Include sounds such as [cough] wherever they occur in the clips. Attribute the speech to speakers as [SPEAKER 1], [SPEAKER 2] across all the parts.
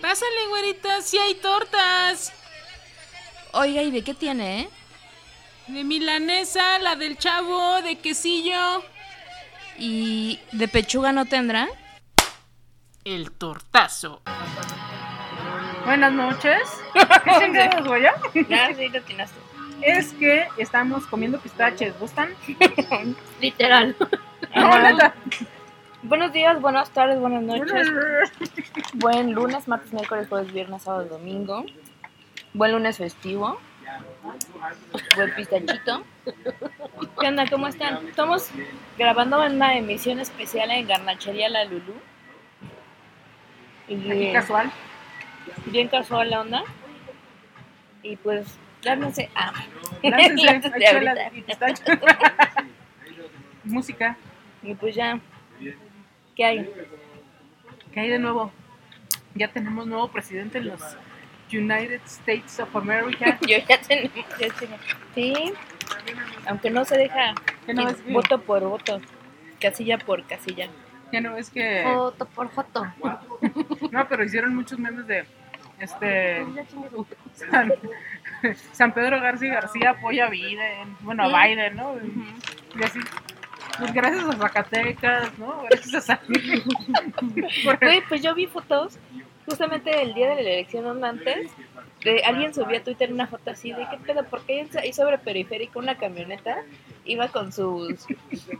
[SPEAKER 1] Pásale, güerita, si hay tortas.
[SPEAKER 2] Oiga, ¿y de qué tiene, eh?
[SPEAKER 1] De milanesa, la del chavo, de quesillo.
[SPEAKER 2] ¿Y de pechuga no tendrá?
[SPEAKER 1] El tortazo.
[SPEAKER 3] Buenas noches. ¿Qué chingados voy a?
[SPEAKER 4] Ya, sí, lo atinaste.
[SPEAKER 3] Es que estamos comiendo pistaches, ¿gustan?
[SPEAKER 4] Literal.
[SPEAKER 3] No, neta.
[SPEAKER 4] Buenos días, buenas tardes, buenas noches.
[SPEAKER 3] [laughs]
[SPEAKER 4] Buen lunes, martes, miércoles, jueves, viernes, sábado, domingo. Buen lunes festivo. Buen pistachito. ¿Qué onda? ¿Cómo están? Estamos grabando una emisión especial en Garnachería La Lulú. Y
[SPEAKER 3] Aquí
[SPEAKER 4] eh,
[SPEAKER 3] casual.
[SPEAKER 4] bien casual la onda. Y pues, lármense. Ah, [laughs]
[SPEAKER 3] Láncense, hay
[SPEAKER 4] Láncense
[SPEAKER 3] chelas
[SPEAKER 4] ahorita.
[SPEAKER 3] y pistaches. Música.
[SPEAKER 4] y pues ya. ¿Qué hay? [laughs]
[SPEAKER 3] ¿Qué hay de nuevo? Ya tenemos nuevo presidente en los United States of America.
[SPEAKER 4] Yo ya tenemos, ya tenemos. Sí, aunque no se deja
[SPEAKER 3] ¿Qué no
[SPEAKER 4] ir
[SPEAKER 3] ves que,
[SPEAKER 4] voto por voto, casilla por casilla.
[SPEAKER 3] qué no ves que-
[SPEAKER 2] Foto por foto.
[SPEAKER 3] No, pero hicieron muchos memes de este San, San Pedro García García apoya a Biden, bueno a Biden, ¿no? Y así. Pues gracias a Zacatecas, ¿no? Gracias a San
[SPEAKER 4] Güey, pues yo vi fotos justamente el día de la elección donde antes. De, alguien subía a Twitter una foto así de qué pedo, porque hay ahí sobre periférico una camioneta iba con sus,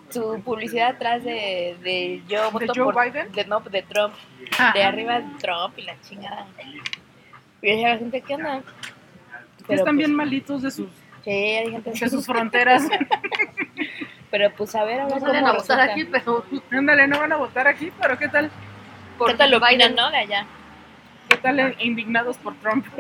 [SPEAKER 4] su publicidad atrás de, de yo voto
[SPEAKER 3] Joe
[SPEAKER 4] por
[SPEAKER 3] Biden?
[SPEAKER 4] de, no, de Trump, de
[SPEAKER 3] Ajá.
[SPEAKER 4] arriba Trump y la chingada. Y yo decía a la gente, ¿qué onda?
[SPEAKER 3] Ya
[SPEAKER 4] Pero, pues,
[SPEAKER 3] Están bien malitos de sus,
[SPEAKER 4] Sí, hay gente
[SPEAKER 3] de sus fronteras. [laughs]
[SPEAKER 4] Pero pues a ver, a ver cómo
[SPEAKER 5] salen a votar
[SPEAKER 4] resulta.
[SPEAKER 5] aquí, pero
[SPEAKER 3] Pues Ándale, no van a votar aquí, pero ¿qué tal?
[SPEAKER 4] ¿Qué tal lo opinan, no? De allá.
[SPEAKER 3] ¿Qué tal eh, indignados por Trump?
[SPEAKER 4] [laughs]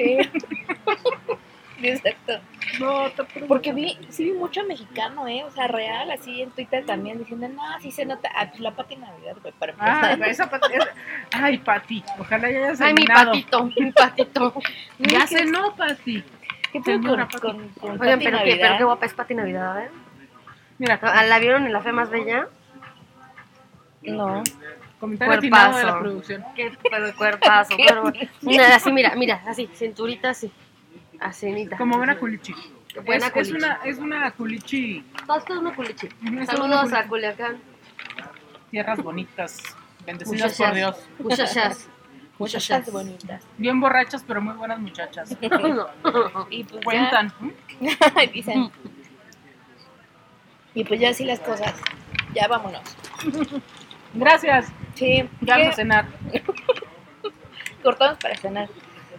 [SPEAKER 4] Sí. Exacto.
[SPEAKER 3] No, te preocupes.
[SPEAKER 4] Porque vi, sí vi mucho mexicano, ¿eh? O sea, real, así en Twitter también, diciendo, no, sí se nota. Ah, pues la pati Navidad, güey, para
[SPEAKER 3] Ay,
[SPEAKER 5] Ah,
[SPEAKER 4] empezar.
[SPEAKER 3] güey, Ah, esa pati- esa- Ay, Pati, ojalá ya hayas
[SPEAKER 5] ay mi
[SPEAKER 3] terminado.
[SPEAKER 5] patito, mi
[SPEAKER 3] [laughs]
[SPEAKER 5] patito.
[SPEAKER 3] Ya
[SPEAKER 4] Mira,
[SPEAKER 3] se no, Pati.
[SPEAKER 4] ¿Qué pedo
[SPEAKER 3] señora
[SPEAKER 4] con,
[SPEAKER 3] Pati.
[SPEAKER 4] con, con
[SPEAKER 5] Oigan,
[SPEAKER 4] Pati
[SPEAKER 5] pero qué,
[SPEAKER 4] Navidad?
[SPEAKER 5] pero qué guapa es Pati Navidad, ¿eh? Ah,
[SPEAKER 3] Mira,
[SPEAKER 5] ¿La vieron en la fe más
[SPEAKER 3] [laughs]
[SPEAKER 5] bella?
[SPEAKER 4] No.
[SPEAKER 3] comentario atinado de la
[SPEAKER 5] Cuerpazo.
[SPEAKER 3] producción.
[SPEAKER 5] Qué pero cuerpazo,
[SPEAKER 4] ¿Qué?
[SPEAKER 5] pero [laughs] Mira, así, mira, mira, así, cinturita así. Así, nita.
[SPEAKER 3] Como buena culichi.
[SPEAKER 5] Buena
[SPEAKER 3] es, es
[SPEAKER 5] culichi.
[SPEAKER 3] una, es una culichi.
[SPEAKER 5] Todos con una culichi.
[SPEAKER 3] Ujú, es una
[SPEAKER 5] Saludos a Culiacán.
[SPEAKER 3] culichi. Tierras bonitas, bendecidas
[SPEAKER 5] Muchachas.
[SPEAKER 3] por Dios. [laughs]
[SPEAKER 5] Muchachas.
[SPEAKER 4] Muchachas
[SPEAKER 5] [laughs]
[SPEAKER 4] bonitas.
[SPEAKER 3] Bien borrachas, pero muy buenas muchachas.
[SPEAKER 4] Y pues
[SPEAKER 3] Cuentan.
[SPEAKER 4] [laughs] ya,
[SPEAKER 3] Mm.
[SPEAKER 4] dicen. Y pues ya así las cosas. Ya vámonos.
[SPEAKER 3] Gracias.
[SPEAKER 4] Sí.
[SPEAKER 3] Ya
[SPEAKER 4] ¿qué?
[SPEAKER 3] vamos a cenar.
[SPEAKER 4] cortamos para cenar.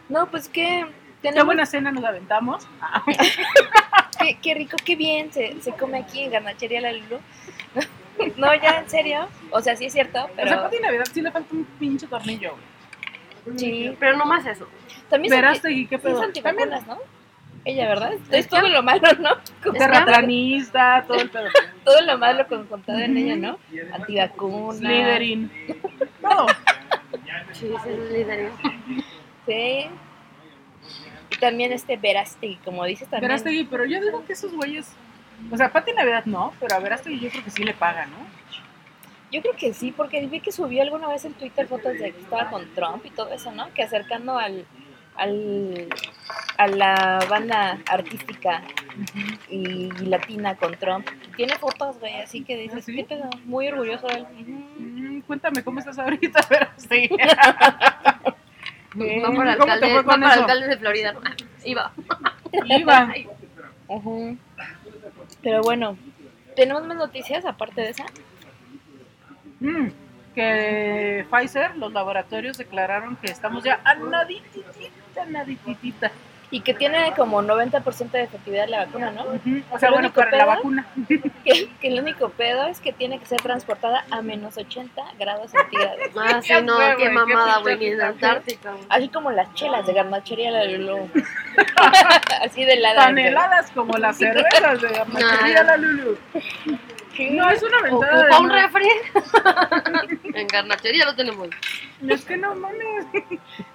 [SPEAKER 4] No, pues qué,
[SPEAKER 3] Qué
[SPEAKER 4] tenemos,
[SPEAKER 3] buena cena nos aventamos.
[SPEAKER 4] qué, qué rico, qué bien se, se come aquí en Garnachería La Lulu. [laughs] No, ya, en serio. O sea, sí es cierto,
[SPEAKER 3] Pero... O sea,
[SPEAKER 4] pero
[SPEAKER 3] Pati Navidad sí le falta un pinche tornillo. güey.
[SPEAKER 4] sí.
[SPEAKER 5] Pero no más eso.
[SPEAKER 4] También son,
[SPEAKER 3] Verás,
[SPEAKER 4] anti-
[SPEAKER 3] Tegui,
[SPEAKER 4] sí
[SPEAKER 3] qué
[SPEAKER 4] es
[SPEAKER 3] pedo. También
[SPEAKER 4] antivacunas, ¿no? Ella, ¿verdad? Es todo lo malo, ¿no? Como
[SPEAKER 3] terraplanista, todo el pedo.
[SPEAKER 4] Todo lo malo conjuntado en ella, ¿no? Antivacunas.
[SPEAKER 3] Slytherin. Todo.
[SPEAKER 5] Sí, sí,
[SPEAKER 3] [laughs]
[SPEAKER 5] es líder. ¿eh?
[SPEAKER 4] Sí. Y también este Verástegui, como dices también.
[SPEAKER 3] Verástegui, pero yo digo que esos güeyes. O sea, Pati Navidad no, pero a Verástegui yo creo que sí le pagan, ¿no?
[SPEAKER 4] Yo creo que sí, porque vi que subió alguna vez en Twitter fotos de que estaba con Trump y todo eso, ¿no? Que acercando al, al a la banda artística y, latina con Trump. Tiene fotos, güey, así que
[SPEAKER 3] ¿Ah,
[SPEAKER 4] dices,
[SPEAKER 3] sí?
[SPEAKER 4] ¿qué pedo? Muy orgulloso de él. Ujú.
[SPEAKER 3] Mm, cuéntame cómo estás ahorita, [laughs] Verástegui.
[SPEAKER 5] No para
[SPEAKER 3] ¿Cómo te
[SPEAKER 5] alcalde,
[SPEAKER 3] fue
[SPEAKER 5] no
[SPEAKER 3] con
[SPEAKER 5] para
[SPEAKER 3] eso?
[SPEAKER 5] alcalde de Florida. [laughs] no. Ah, Iba.
[SPEAKER 3] Iba.
[SPEAKER 4] Ujú. Pero bueno, ¿tenemos más noticias aparte de esa?
[SPEAKER 3] Mm, que Pfizer, los laboratorios declararon que estamos ya a nadititita, nadititita.
[SPEAKER 4] Y que tiene como 90% de efectividad la vacuna, ¿no? [laughs]
[SPEAKER 3] Ujú, O sea,
[SPEAKER 4] ¿Lo
[SPEAKER 3] bueno,
[SPEAKER 4] único
[SPEAKER 3] para la
[SPEAKER 4] pedo?
[SPEAKER 3] vacuna.
[SPEAKER 4] Que, que el único pedo es que tiene que ser transportada a menos 80 grados centígrados.
[SPEAKER 5] Ah,
[SPEAKER 3] [laughs]
[SPEAKER 5] sí,
[SPEAKER 3] Ya
[SPEAKER 5] no,
[SPEAKER 3] fue, güey,
[SPEAKER 5] qué
[SPEAKER 3] qué
[SPEAKER 5] mamada, güey, ni
[SPEAKER 3] pinche
[SPEAKER 5] en la Antártica. güey.
[SPEAKER 4] Así como las chelas de garnachería la Lulú. Así de la
[SPEAKER 3] Tan heladas como las cervezas de la maquería La Lulu. No, es una ventada de
[SPEAKER 5] Ocupa un
[SPEAKER 3] madre.
[SPEAKER 5] refri. [laughs] en Garnachería lo tenemos.
[SPEAKER 3] Es que no mames. [laughs]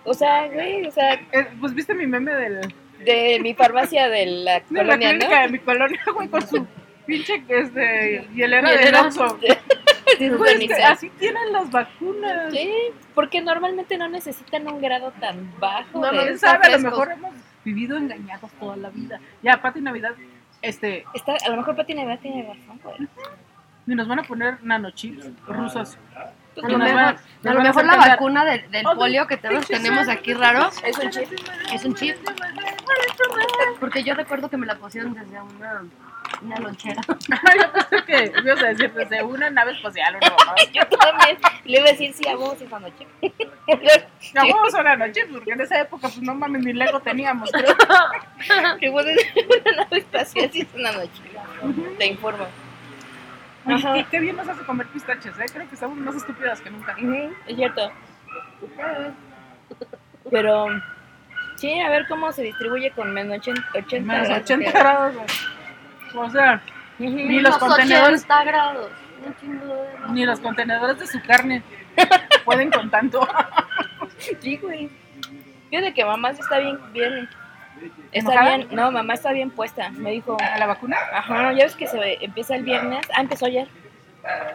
[SPEAKER 4] O sea, güey, o sea,
[SPEAKER 3] Eh, Pues viste mi meme del, de
[SPEAKER 4] de mi farmacia de la
[SPEAKER 3] la
[SPEAKER 4] colonia,
[SPEAKER 3] clínica
[SPEAKER 4] ¿no?
[SPEAKER 3] de mi colonia, güey, con su pinche este, hielera de
[SPEAKER 5] Hielera.
[SPEAKER 3] Oxxo.
[SPEAKER 4] sus
[SPEAKER 3] Pues es que
[SPEAKER 4] cenizas.
[SPEAKER 3] así tienen las vacunas.
[SPEAKER 4] Sí, porque normalmente no necesitan un grado tan bajo.
[SPEAKER 5] No,
[SPEAKER 4] de
[SPEAKER 5] no,
[SPEAKER 3] ¿Quién
[SPEAKER 4] estar
[SPEAKER 3] sabe? A lo
[SPEAKER 4] frescos.
[SPEAKER 3] mejor hemos vivido engañados toda la vida. Ya, Pati Navidad, este,
[SPEAKER 4] Está- a lo mejor Pati Navidad tiene razón, güey.
[SPEAKER 3] ni nos van a poner nanochips rusos.
[SPEAKER 5] A lo mejor,
[SPEAKER 3] Nos
[SPEAKER 5] a
[SPEAKER 3] van
[SPEAKER 5] lo mejor la
[SPEAKER 3] hacer
[SPEAKER 5] vacuna del, del
[SPEAKER 3] Oh,
[SPEAKER 5] polio que todos
[SPEAKER 3] pinche
[SPEAKER 5] tenemos
[SPEAKER 3] sangre.
[SPEAKER 5] aquí raro
[SPEAKER 4] Es un chip.
[SPEAKER 3] [laughs]
[SPEAKER 5] es un chip. Porque yo recuerdo que me la pusieron desde una, una lonchera.
[SPEAKER 3] cambiar- Yo pensé que ibas a decir desde una nave espacial una mamá.
[SPEAKER 4] Yo también le iba a decir si sí, hago un chip. [laughs]
[SPEAKER 3] Ya vamos a nanochips, porque en esa época, pues no mames, ni Lego teníamos. creo.
[SPEAKER 4] que vos [laughs] es una nave espacial si es una noche. Te informo. Ajá.
[SPEAKER 3] Y qué bien nos hace comer pistaches, ¿eh? Creo que estamos más estúpidas que nunca.
[SPEAKER 4] Ujú, Es cierto. Pero, sí, a ver cómo se distribuye con menos 80. 80
[SPEAKER 3] Menos 80 grados. güey. O sea,
[SPEAKER 4] Ujú.
[SPEAKER 5] [laughs]
[SPEAKER 3] ni los contenedores,
[SPEAKER 5] 80 grados. Un chingo de grados.
[SPEAKER 3] ni los contenedores de su carne pueden con tanto.
[SPEAKER 4] Sí, güey. Fíjate que mamá sí está bien, bien. Está
[SPEAKER 3] ¿Enojada?
[SPEAKER 4] bien, no, mamá está bien puesta. Me dijo,
[SPEAKER 3] ¿A la vacuna?
[SPEAKER 4] ajá, ya ves que se empieza el viernes. Ah, empezó ayer.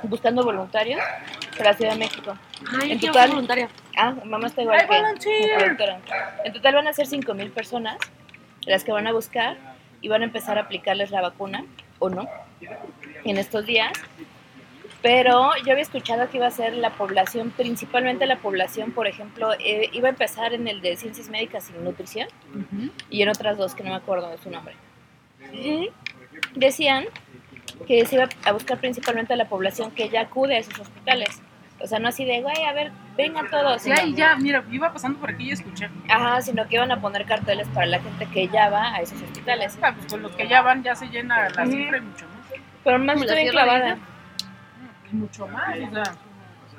[SPEAKER 4] Buscando voluntarios para la Ciudad de México.
[SPEAKER 5] Ay,
[SPEAKER 4] En
[SPEAKER 5] yo quiero
[SPEAKER 4] total-
[SPEAKER 5] ser voluntaria.
[SPEAKER 4] Ah, mamá está igual
[SPEAKER 3] ¡Ay,
[SPEAKER 4] que.
[SPEAKER 3] volunteer!
[SPEAKER 4] Doctora. En total van a ser 5.000 personas las que van a buscar y van a empezar a aplicarles la vacuna, o no, en estos días. Pero yo había escuchado que iba a ser la población, principalmente la población, por ejemplo, eh, iba a empezar en el de Ciencias Médicas y Nutrición y en otras dos que no me acuerdo de su nombre. Y decían que se iba a buscar principalmente a la población que ya acude a esos hospitales. O sea, no así de, güey, a ver, vengan todos.
[SPEAKER 3] Sí,
[SPEAKER 4] sino-
[SPEAKER 3] ahí ya, mira, iba pasando por aquí y escuché. "Pues,
[SPEAKER 4] Ajá, sino que iban a poner carteles para la gente que ya va a esos hospitales.
[SPEAKER 3] Ah, pues con los que ya van ya se llena la cifra y mucho más.
[SPEAKER 4] Pero mamá sí
[SPEAKER 5] Como la
[SPEAKER 4] está bien
[SPEAKER 5] Sierra
[SPEAKER 4] clavada.
[SPEAKER 3] Y mucho más, o sea.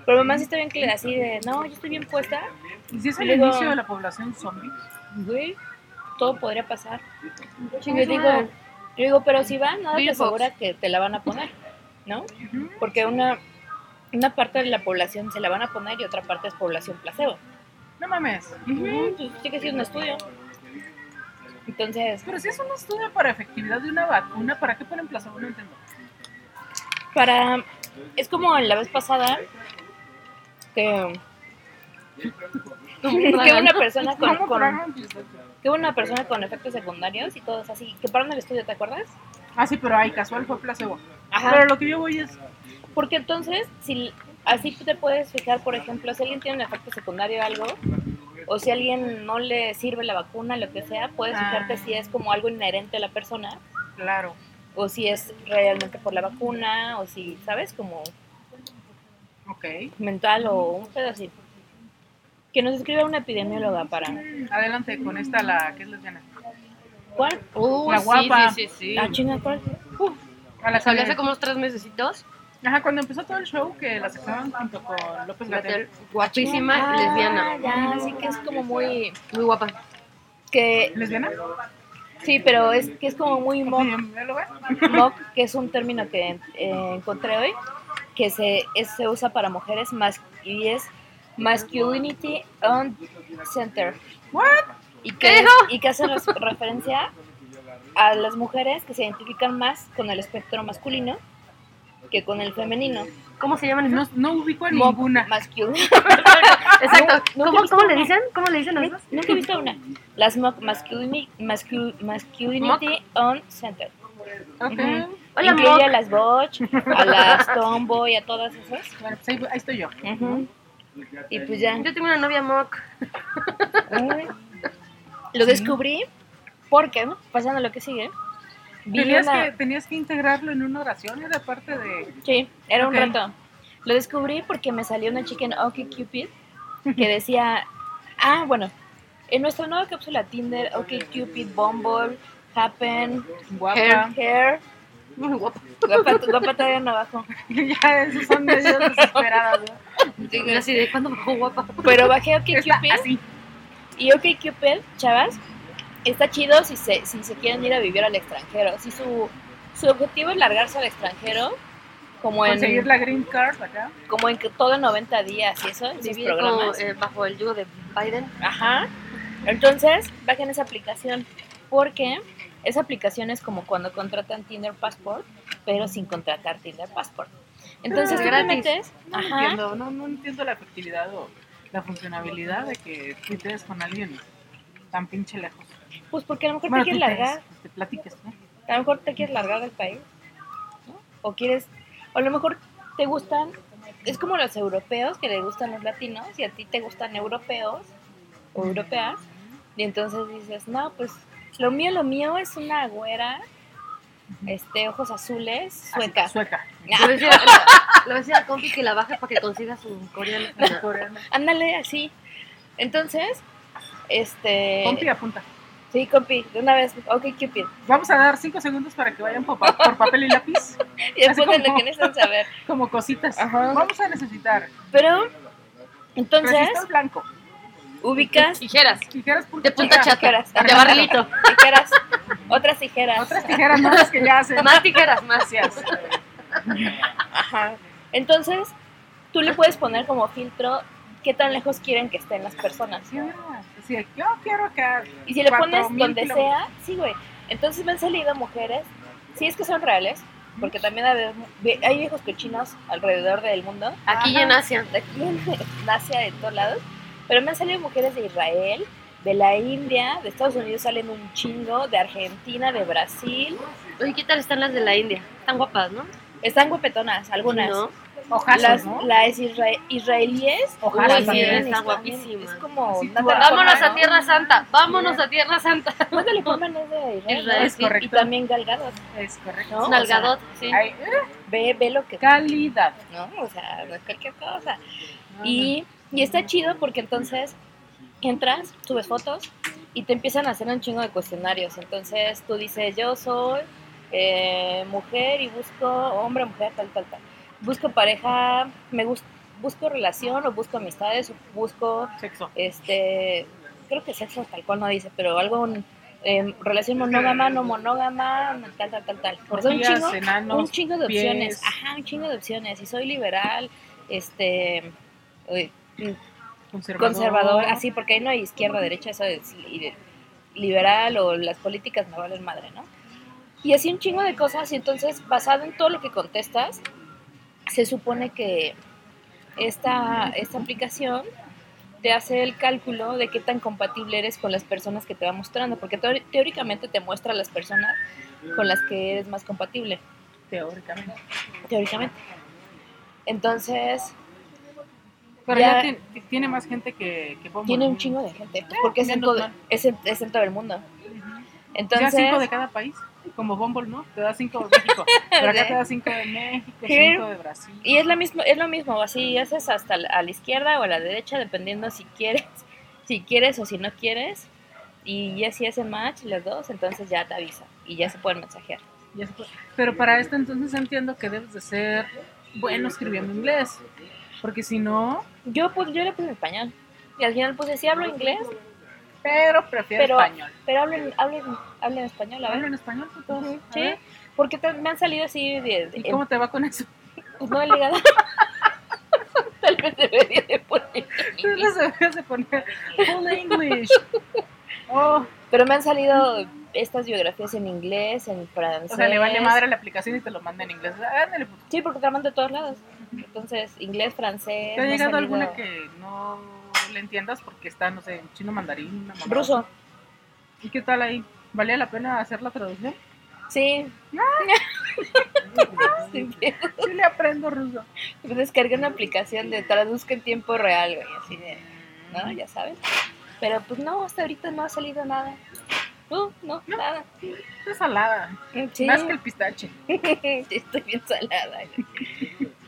[SPEAKER 4] Pero mamá sí está bien clavada, así de, no, yo estoy bien puesta.
[SPEAKER 3] Y si es el
[SPEAKER 4] Luego-
[SPEAKER 3] inicio de la población zombie.
[SPEAKER 4] Güey, todo podría pasar. Y
[SPEAKER 5] Chingue
[SPEAKER 4] yo
[SPEAKER 5] su
[SPEAKER 4] digo,
[SPEAKER 5] madre.
[SPEAKER 4] yo digo, pero si va, nada te
[SPEAKER 5] Beatbox.
[SPEAKER 4] asegura que te la van a poner, ¿no? Porque una, una parte de la población se la van a poner y otra parte es población placebo.
[SPEAKER 3] No mames.
[SPEAKER 4] Pues sí que sí es un estudio. Entonces,
[SPEAKER 3] Pero si es un estudio para efectividad de una vacuna, ¿para qué ponen placebo? No entiendo.
[SPEAKER 4] para es como la vez pasada que que una persona con,
[SPEAKER 3] ¿Cómo
[SPEAKER 4] con-
[SPEAKER 3] tragan pistache?
[SPEAKER 4] que una persona con efectos secundarios y todos así que pararon el estudio te acuerdas
[SPEAKER 3] Ah, sí, pero ahí casual fue placebo. Pero
[SPEAKER 4] ajá
[SPEAKER 3] lo que yo voy es,
[SPEAKER 4] porque entonces si así tú te puedes fijar por ejemplo si alguien tiene un efecto secundario o algo o si a alguien no le sirve la vacuna lo que sea puedes
[SPEAKER 3] Ah.
[SPEAKER 4] fijarte si es como algo inherente a la persona
[SPEAKER 3] claro.
[SPEAKER 4] o si es realmente por la vacuna o si sabes como
[SPEAKER 3] Ok.
[SPEAKER 4] mental o un pedo así que nos escriba una epidemióloga para
[SPEAKER 3] Adelante con esta, la que es lesbiana.
[SPEAKER 4] ¿Cuál?
[SPEAKER 5] Uh,
[SPEAKER 3] La
[SPEAKER 5] sí,
[SPEAKER 3] guapa.
[SPEAKER 5] Sí, sí, sí.
[SPEAKER 4] Ah, chinga, ¿cuál?
[SPEAKER 3] A la
[SPEAKER 5] Las hablé hace
[SPEAKER 3] que...
[SPEAKER 5] como unos tres mesecitos.
[SPEAKER 3] Ajá, cuando empezó todo el show que la sacaban junto con
[SPEAKER 5] Pues
[SPEAKER 3] López Gatel.
[SPEAKER 5] Guapísima,
[SPEAKER 4] Ah,
[SPEAKER 5] lesbiana.
[SPEAKER 4] Ya, sí que es como muy.
[SPEAKER 5] Muy guapa.
[SPEAKER 4] que
[SPEAKER 3] ¿Lesbiana?
[SPEAKER 4] Sí, pero es que es como muy mock,
[SPEAKER 3] ¿Epidemióloga?
[SPEAKER 4] mock, que es un término que eh, encontré hoy, que se, es- se usa para mujeres mas, y es Masculinity on Center.
[SPEAKER 3] ¿What?
[SPEAKER 4] Y
[SPEAKER 5] ¿Qué
[SPEAKER 4] que,
[SPEAKER 5] dijo?
[SPEAKER 4] y que hace res- referencia a las mujeres que se identifican más con el espectro masculino que con el femenino.
[SPEAKER 5] ¿Cómo se llaman?
[SPEAKER 3] No, no ubico a
[SPEAKER 4] Mock
[SPEAKER 3] ninguna.
[SPEAKER 4] masculine.
[SPEAKER 5] [laughs] Exacto.
[SPEAKER 4] No, no
[SPEAKER 5] ¿Cómo,
[SPEAKER 4] te
[SPEAKER 5] ¿Cómo le dicen? ¿Cómo le dicen a
[SPEAKER 4] Nu-
[SPEAKER 5] esas?
[SPEAKER 4] [laughs] Nunca he visto una. Las mock masculini- mascu- masculinity on center.
[SPEAKER 3] Ok.
[SPEAKER 4] Ujú.
[SPEAKER 5] Hola,
[SPEAKER 4] Incluye
[SPEAKER 5] mock.
[SPEAKER 4] a las botch, a
[SPEAKER 5] [laughs]
[SPEAKER 4] las tomboy, a todas esas.
[SPEAKER 3] Bueno, pues ahí, ahí estoy yo.
[SPEAKER 4] Ujú. Y pues ya.
[SPEAKER 5] Yo tengo una novia mock.
[SPEAKER 4] Ay. Lo descubrí porque, pasando a lo que sigue, vi
[SPEAKER 3] Tenías
[SPEAKER 4] una-
[SPEAKER 3] que, tenías que integrarlo en una oración, era parte de...
[SPEAKER 4] Sí, era
[SPEAKER 3] Ok.
[SPEAKER 4] un reto. Lo descubrí porque me salió una chica en OkCupid que decía, ah, bueno, en nuestra nueva cápsula Tinder, OkCupid, Bumble, Happen,
[SPEAKER 3] Guapa.
[SPEAKER 4] Hair,
[SPEAKER 5] Muy guapa.
[SPEAKER 4] guapa, guapa todavía no abajo.
[SPEAKER 3] [laughs] ya, esos son medidas desesperadas. ¿no?
[SPEAKER 5] Y así de cuándo bajó guapa.
[SPEAKER 3] [laughs]
[SPEAKER 4] Pero bajé
[SPEAKER 3] Está
[SPEAKER 4] OkCupid
[SPEAKER 3] así.
[SPEAKER 4] y OkCupid, chavas, está chido si se, si se quieren ir a vivir al extranjero. Si su, su objetivo es largarse al extranjero, como
[SPEAKER 3] Conseguir
[SPEAKER 4] en,
[SPEAKER 3] la green card acá.
[SPEAKER 4] como en que todo 90 días y eso, en sus
[SPEAKER 5] Vivir
[SPEAKER 4] programas.
[SPEAKER 5] como, eh, bajo el yugo de Biden.
[SPEAKER 4] Ajá. Entonces, bajen esa aplicación porque esa aplicación es como cuando contratan Tinder Passport, pero sin contratar Tinder Passport. Entonces,
[SPEAKER 5] Ah,
[SPEAKER 4] ¿qué
[SPEAKER 5] gratis.
[SPEAKER 4] metes?
[SPEAKER 3] No
[SPEAKER 4] Ajá.
[SPEAKER 3] entiendo, no, no entiendo la efectividad o la funcionabilidad de que tuitees con alguien tan pinche lejos.
[SPEAKER 4] Pues porque a lo mejor
[SPEAKER 3] Bueno,
[SPEAKER 4] te quieres
[SPEAKER 3] tuitees,
[SPEAKER 4] largar.
[SPEAKER 3] pues, te platiques, ¿no?
[SPEAKER 4] A lo mejor te quieres largar del país. ¿no? O quieres. O a lo mejor te gustan. Es como los europeos que le gustan los latinos y a ti te gustan europeos o europeas. Y entonces dices, no, pues lo mío, lo mío es una güera, este, ojos azules, sueca.
[SPEAKER 3] Así, Sueca.
[SPEAKER 4] Ah,
[SPEAKER 5] Le voy a [laughs] decir a- le voy a decir al compi que la baje para que consiga su coreano.
[SPEAKER 4] Ándale, así. Entonces, este.
[SPEAKER 3] Compi, apunta.
[SPEAKER 4] Sí, compi, de una vez. Ok, Cupid.
[SPEAKER 3] Vamos a dar cinco segundos para que vayan por, pa- por papel y lápiz,
[SPEAKER 4] Y después de lo
[SPEAKER 3] como-
[SPEAKER 4] que necesitan saber.
[SPEAKER 3] como cositas.
[SPEAKER 4] Ajá.
[SPEAKER 3] Vamos a necesitar.
[SPEAKER 4] Pero, entonces,
[SPEAKER 3] Resista blanco.
[SPEAKER 4] ubicas
[SPEAKER 5] Tijeras.
[SPEAKER 3] Tijeras punta
[SPEAKER 5] De punta
[SPEAKER 3] chata.
[SPEAKER 5] chata.
[SPEAKER 4] tijeras.
[SPEAKER 5] De barrilito.
[SPEAKER 4] tijeras, otras tijeras.
[SPEAKER 3] Otras tijeras no las que ya hacen.
[SPEAKER 5] Más tijeras, más.
[SPEAKER 3] Gracias.
[SPEAKER 4] Ajá. Entonces, tú le puedes poner como filtro qué tan lejos quieren que estén las personas.
[SPEAKER 3] Sí, mira, sí, yo quiero que.
[SPEAKER 4] Y si le
[SPEAKER 3] cuatro
[SPEAKER 4] pones
[SPEAKER 3] mil
[SPEAKER 4] donde
[SPEAKER 3] kilómetros.
[SPEAKER 4] sea, sí, güey. Entonces me han salido mujeres, si es que son reales, porque también hay, hay viejos cochinos alrededor del mundo,
[SPEAKER 5] Aquí y en Asia.
[SPEAKER 4] de aquí [laughs] en Asia, de todos lados, pero me han salido mujeres de Israel, de la India, de Estados Unidos salen un chingo, de Argentina, de Brasil.
[SPEAKER 5] Oye, ¿qué tal están las de la India? Están guapas, ¿no?
[SPEAKER 4] Están guapetonas, algunas.
[SPEAKER 5] No.
[SPEAKER 3] Ojazos,
[SPEAKER 4] las,
[SPEAKER 3] ¿no?
[SPEAKER 4] las isra- israelíes.
[SPEAKER 3] Ojalá
[SPEAKER 4] Uy, sí,
[SPEAKER 3] también,
[SPEAKER 4] están
[SPEAKER 5] está
[SPEAKER 4] también.
[SPEAKER 5] guapísima.
[SPEAKER 4] Es como.
[SPEAKER 3] Sí,
[SPEAKER 4] Natalia
[SPEAKER 3] tú- Ajá.
[SPEAKER 5] Vámonos a
[SPEAKER 4] Portman,
[SPEAKER 5] Tierra Santa. Vámonos a Tierra Santa.
[SPEAKER 4] ¿no? Natalie Portman es de Israel.
[SPEAKER 5] Israel,
[SPEAKER 4] ¿no?
[SPEAKER 3] Es
[SPEAKER 5] sí.
[SPEAKER 4] Y
[SPEAKER 3] correcto.
[SPEAKER 4] también galgados.
[SPEAKER 3] Es correcto.
[SPEAKER 4] No, o
[SPEAKER 5] Nalgadot, sí.
[SPEAKER 3] Hay, eh,
[SPEAKER 4] Ve, ve lo que.
[SPEAKER 3] calidad.
[SPEAKER 4] ¿no? O sea, no es cualquier cosa. Y, y está chido porque entonces entras, subes fotos y te empiezan a hacer un chingo de cuestionarios. Entonces tú dices, yo soy eh, mujer y busco hombre, mujer, tal, tal, tal. Busco pareja, me gus- busco relación o busco amistades, o busco,
[SPEAKER 3] Sexo.
[SPEAKER 4] este, creo que sexo tal cual no dice, pero algo, un, em, relación monógama, no monógama, tal, tal, tal, tal. O sea, un
[SPEAKER 3] Orgías,
[SPEAKER 4] chingo- un
[SPEAKER 3] enanos.
[SPEAKER 4] chingo de
[SPEAKER 3] pies.
[SPEAKER 4] opciones, ajá, un chingo de opciones. Y soy liberal, este, uy,
[SPEAKER 3] Conservador.
[SPEAKER 4] conservador, así, porque ahí no hay izquierda, derecha, eso es li- liberal o las políticas me valen madre, ¿no? Y así un chingo de cosas, y entonces, basado en todo lo que contestas, se supone que esta, esta aplicación te hace el cálculo de qué tan compatible eres con las personas que te va mostrando, porque teori- teóricamente te muestra las personas con las que eres más compatible
[SPEAKER 3] Teóricamente.
[SPEAKER 4] teóricamente. Entonces,
[SPEAKER 3] Pero
[SPEAKER 4] Ya-
[SPEAKER 3] ya, tien- tiene, más gente que, que Bumble.
[SPEAKER 4] tiene un chingo de gente, pues, porque es en,
[SPEAKER 3] menos
[SPEAKER 4] todo,
[SPEAKER 3] mal.
[SPEAKER 4] es, en, es en todo el mundo.
[SPEAKER 3] Ya
[SPEAKER 4] Entonces,
[SPEAKER 3] cinco de cada país. Como Bumble, ¿no? Te da cinco de México. Pero acá
[SPEAKER 4] Sí.
[SPEAKER 3] te da cinco de México,
[SPEAKER 4] Sí.
[SPEAKER 3] cinco de Brasil.
[SPEAKER 4] y es, la mismo, es lo mismo, así haces hasta la- a la izquierda o a la derecha, dependiendo si quieres, [laughs] si quieres o si no quieres. Y ya si hacen match las dos, entonces ya te avisa y ya se pueden mensajear.
[SPEAKER 3] Ya se fue. pues. Pero para esto entonces entiendo que debes de ser bueno escribiendo inglés. Porque si no,
[SPEAKER 4] Yo, pues, yo le puse español y al final puse, sí hablo inglés,
[SPEAKER 3] pero prefiero
[SPEAKER 4] Pero-
[SPEAKER 3] español.
[SPEAKER 4] pero hablo en, hablo en- hablo en español, a
[SPEAKER 3] ¿Hablan
[SPEAKER 4] ver.
[SPEAKER 3] en español putos?
[SPEAKER 4] Ujú,
[SPEAKER 3] A
[SPEAKER 4] Sí,
[SPEAKER 3] ver,
[SPEAKER 4] porque te- me han salido así de, de-
[SPEAKER 3] ¿Y cómo te va con eso?
[SPEAKER 4] Pues no he ligado. [laughs] Tal vez debería de poner.
[SPEAKER 3] [laughs] Tú no sabías de poner
[SPEAKER 4] [laughs]
[SPEAKER 3] full English. Oh,
[SPEAKER 4] Pero me han salido estas biografías en inglés, en francés.
[SPEAKER 3] o sea, le
[SPEAKER 4] Pues,
[SPEAKER 3] vale madre la aplicación y te lo manda en inglés. Ándale, pues, puto.
[SPEAKER 4] Sí, porque te la mandan de todos lados. Entonces, inglés, francés.
[SPEAKER 3] ¿Te ha
[SPEAKER 4] me han
[SPEAKER 3] llegado alguna
[SPEAKER 4] salido
[SPEAKER 3] que no le entiendas porque está, no sé, en chino mandarín? una mamada?
[SPEAKER 4] Ruso.
[SPEAKER 3] ¿Y qué tal ahí? ¿Valía la pena hacer la traducción?
[SPEAKER 4] [laughs] Sí. Sin pedo.
[SPEAKER 3] [laughs] Sí, le aprendo ruso.
[SPEAKER 4] Descargué una aplicación de traduzca en tiempo real, güey, así de. ¿No? Ya sabes. Pero pues no, hasta ahorita no ha salido nada. No, no, nada.
[SPEAKER 3] Está salada.
[SPEAKER 4] Sí.
[SPEAKER 3] Mm, Más que el pistache.
[SPEAKER 4] [laughs] Estoy bien salada.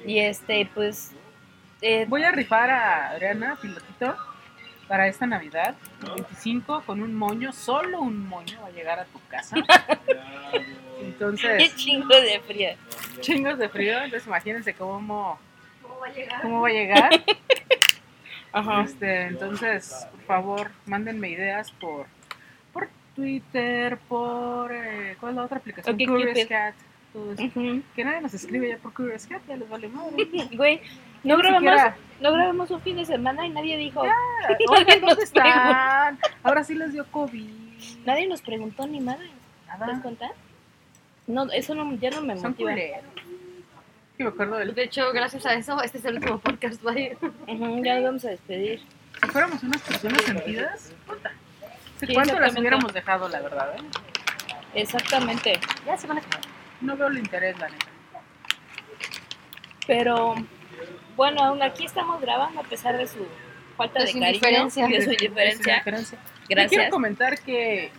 [SPEAKER 4] Y este, pues. eh,
[SPEAKER 3] Voy a rifar a Adriana Pilotito para esta Navidad, el 25, con un moño, solo un moño va a llegar a tu casa.
[SPEAKER 4] qué
[SPEAKER 3] [laughs] Entonces,
[SPEAKER 4] chingo de frío.
[SPEAKER 3] chingos de frío, entonces imagínense cómo, cómo va a [laughs] llegar. Este, entonces, por favor, mándenme ideas por, por Twitter, por... eh, ¿Cuál es la otra aplicación?
[SPEAKER 4] Ok,
[SPEAKER 3] Curious
[SPEAKER 4] Cupid.
[SPEAKER 3] Cat. todo eso.
[SPEAKER 4] Ujú.
[SPEAKER 3] Que nadie nos escribe ya por Curious Cat, ya les vale [laughs] madre.
[SPEAKER 4] Güey, no grabamos,
[SPEAKER 3] siquiera-
[SPEAKER 4] no grabamos un fin de semana y nadie dijo. [laughs]
[SPEAKER 3] Oigan,
[SPEAKER 4] Nos
[SPEAKER 3] ¿dónde están? [laughs] Ahora sí les dio COVID.
[SPEAKER 4] Nadie nos preguntó ni madre. ¿Te das
[SPEAKER 3] Nada.
[SPEAKER 4] cuenta? No, eso no, ya no me
[SPEAKER 3] Ah. Son
[SPEAKER 4] motiva.
[SPEAKER 3] culeros. que me acuerdo de él.
[SPEAKER 5] De hecho, gracias a eso, este es el último podcast, güey.
[SPEAKER 4] Ujú, ya nos vamos a despedir.
[SPEAKER 3] Si fuéramos unas personas sentidas, puta. ¿Sé
[SPEAKER 4] Sí,
[SPEAKER 3] ¿Cuánto las
[SPEAKER 4] exactamente.
[SPEAKER 3] hubiéramos dejado, la verdad? eh?
[SPEAKER 4] Exactamente.
[SPEAKER 5] Ya se van a acabar.
[SPEAKER 3] No veo el interés, la neta.
[SPEAKER 4] Pero bueno, aún aquí estamos grabando a pesar de su falta
[SPEAKER 5] De
[SPEAKER 4] de,
[SPEAKER 5] su
[SPEAKER 4] cariño,
[SPEAKER 5] indiferencia.
[SPEAKER 4] de su indiferencia.
[SPEAKER 3] diferencia. Yo quiero
[SPEAKER 4] Gracias.
[SPEAKER 3] comentar que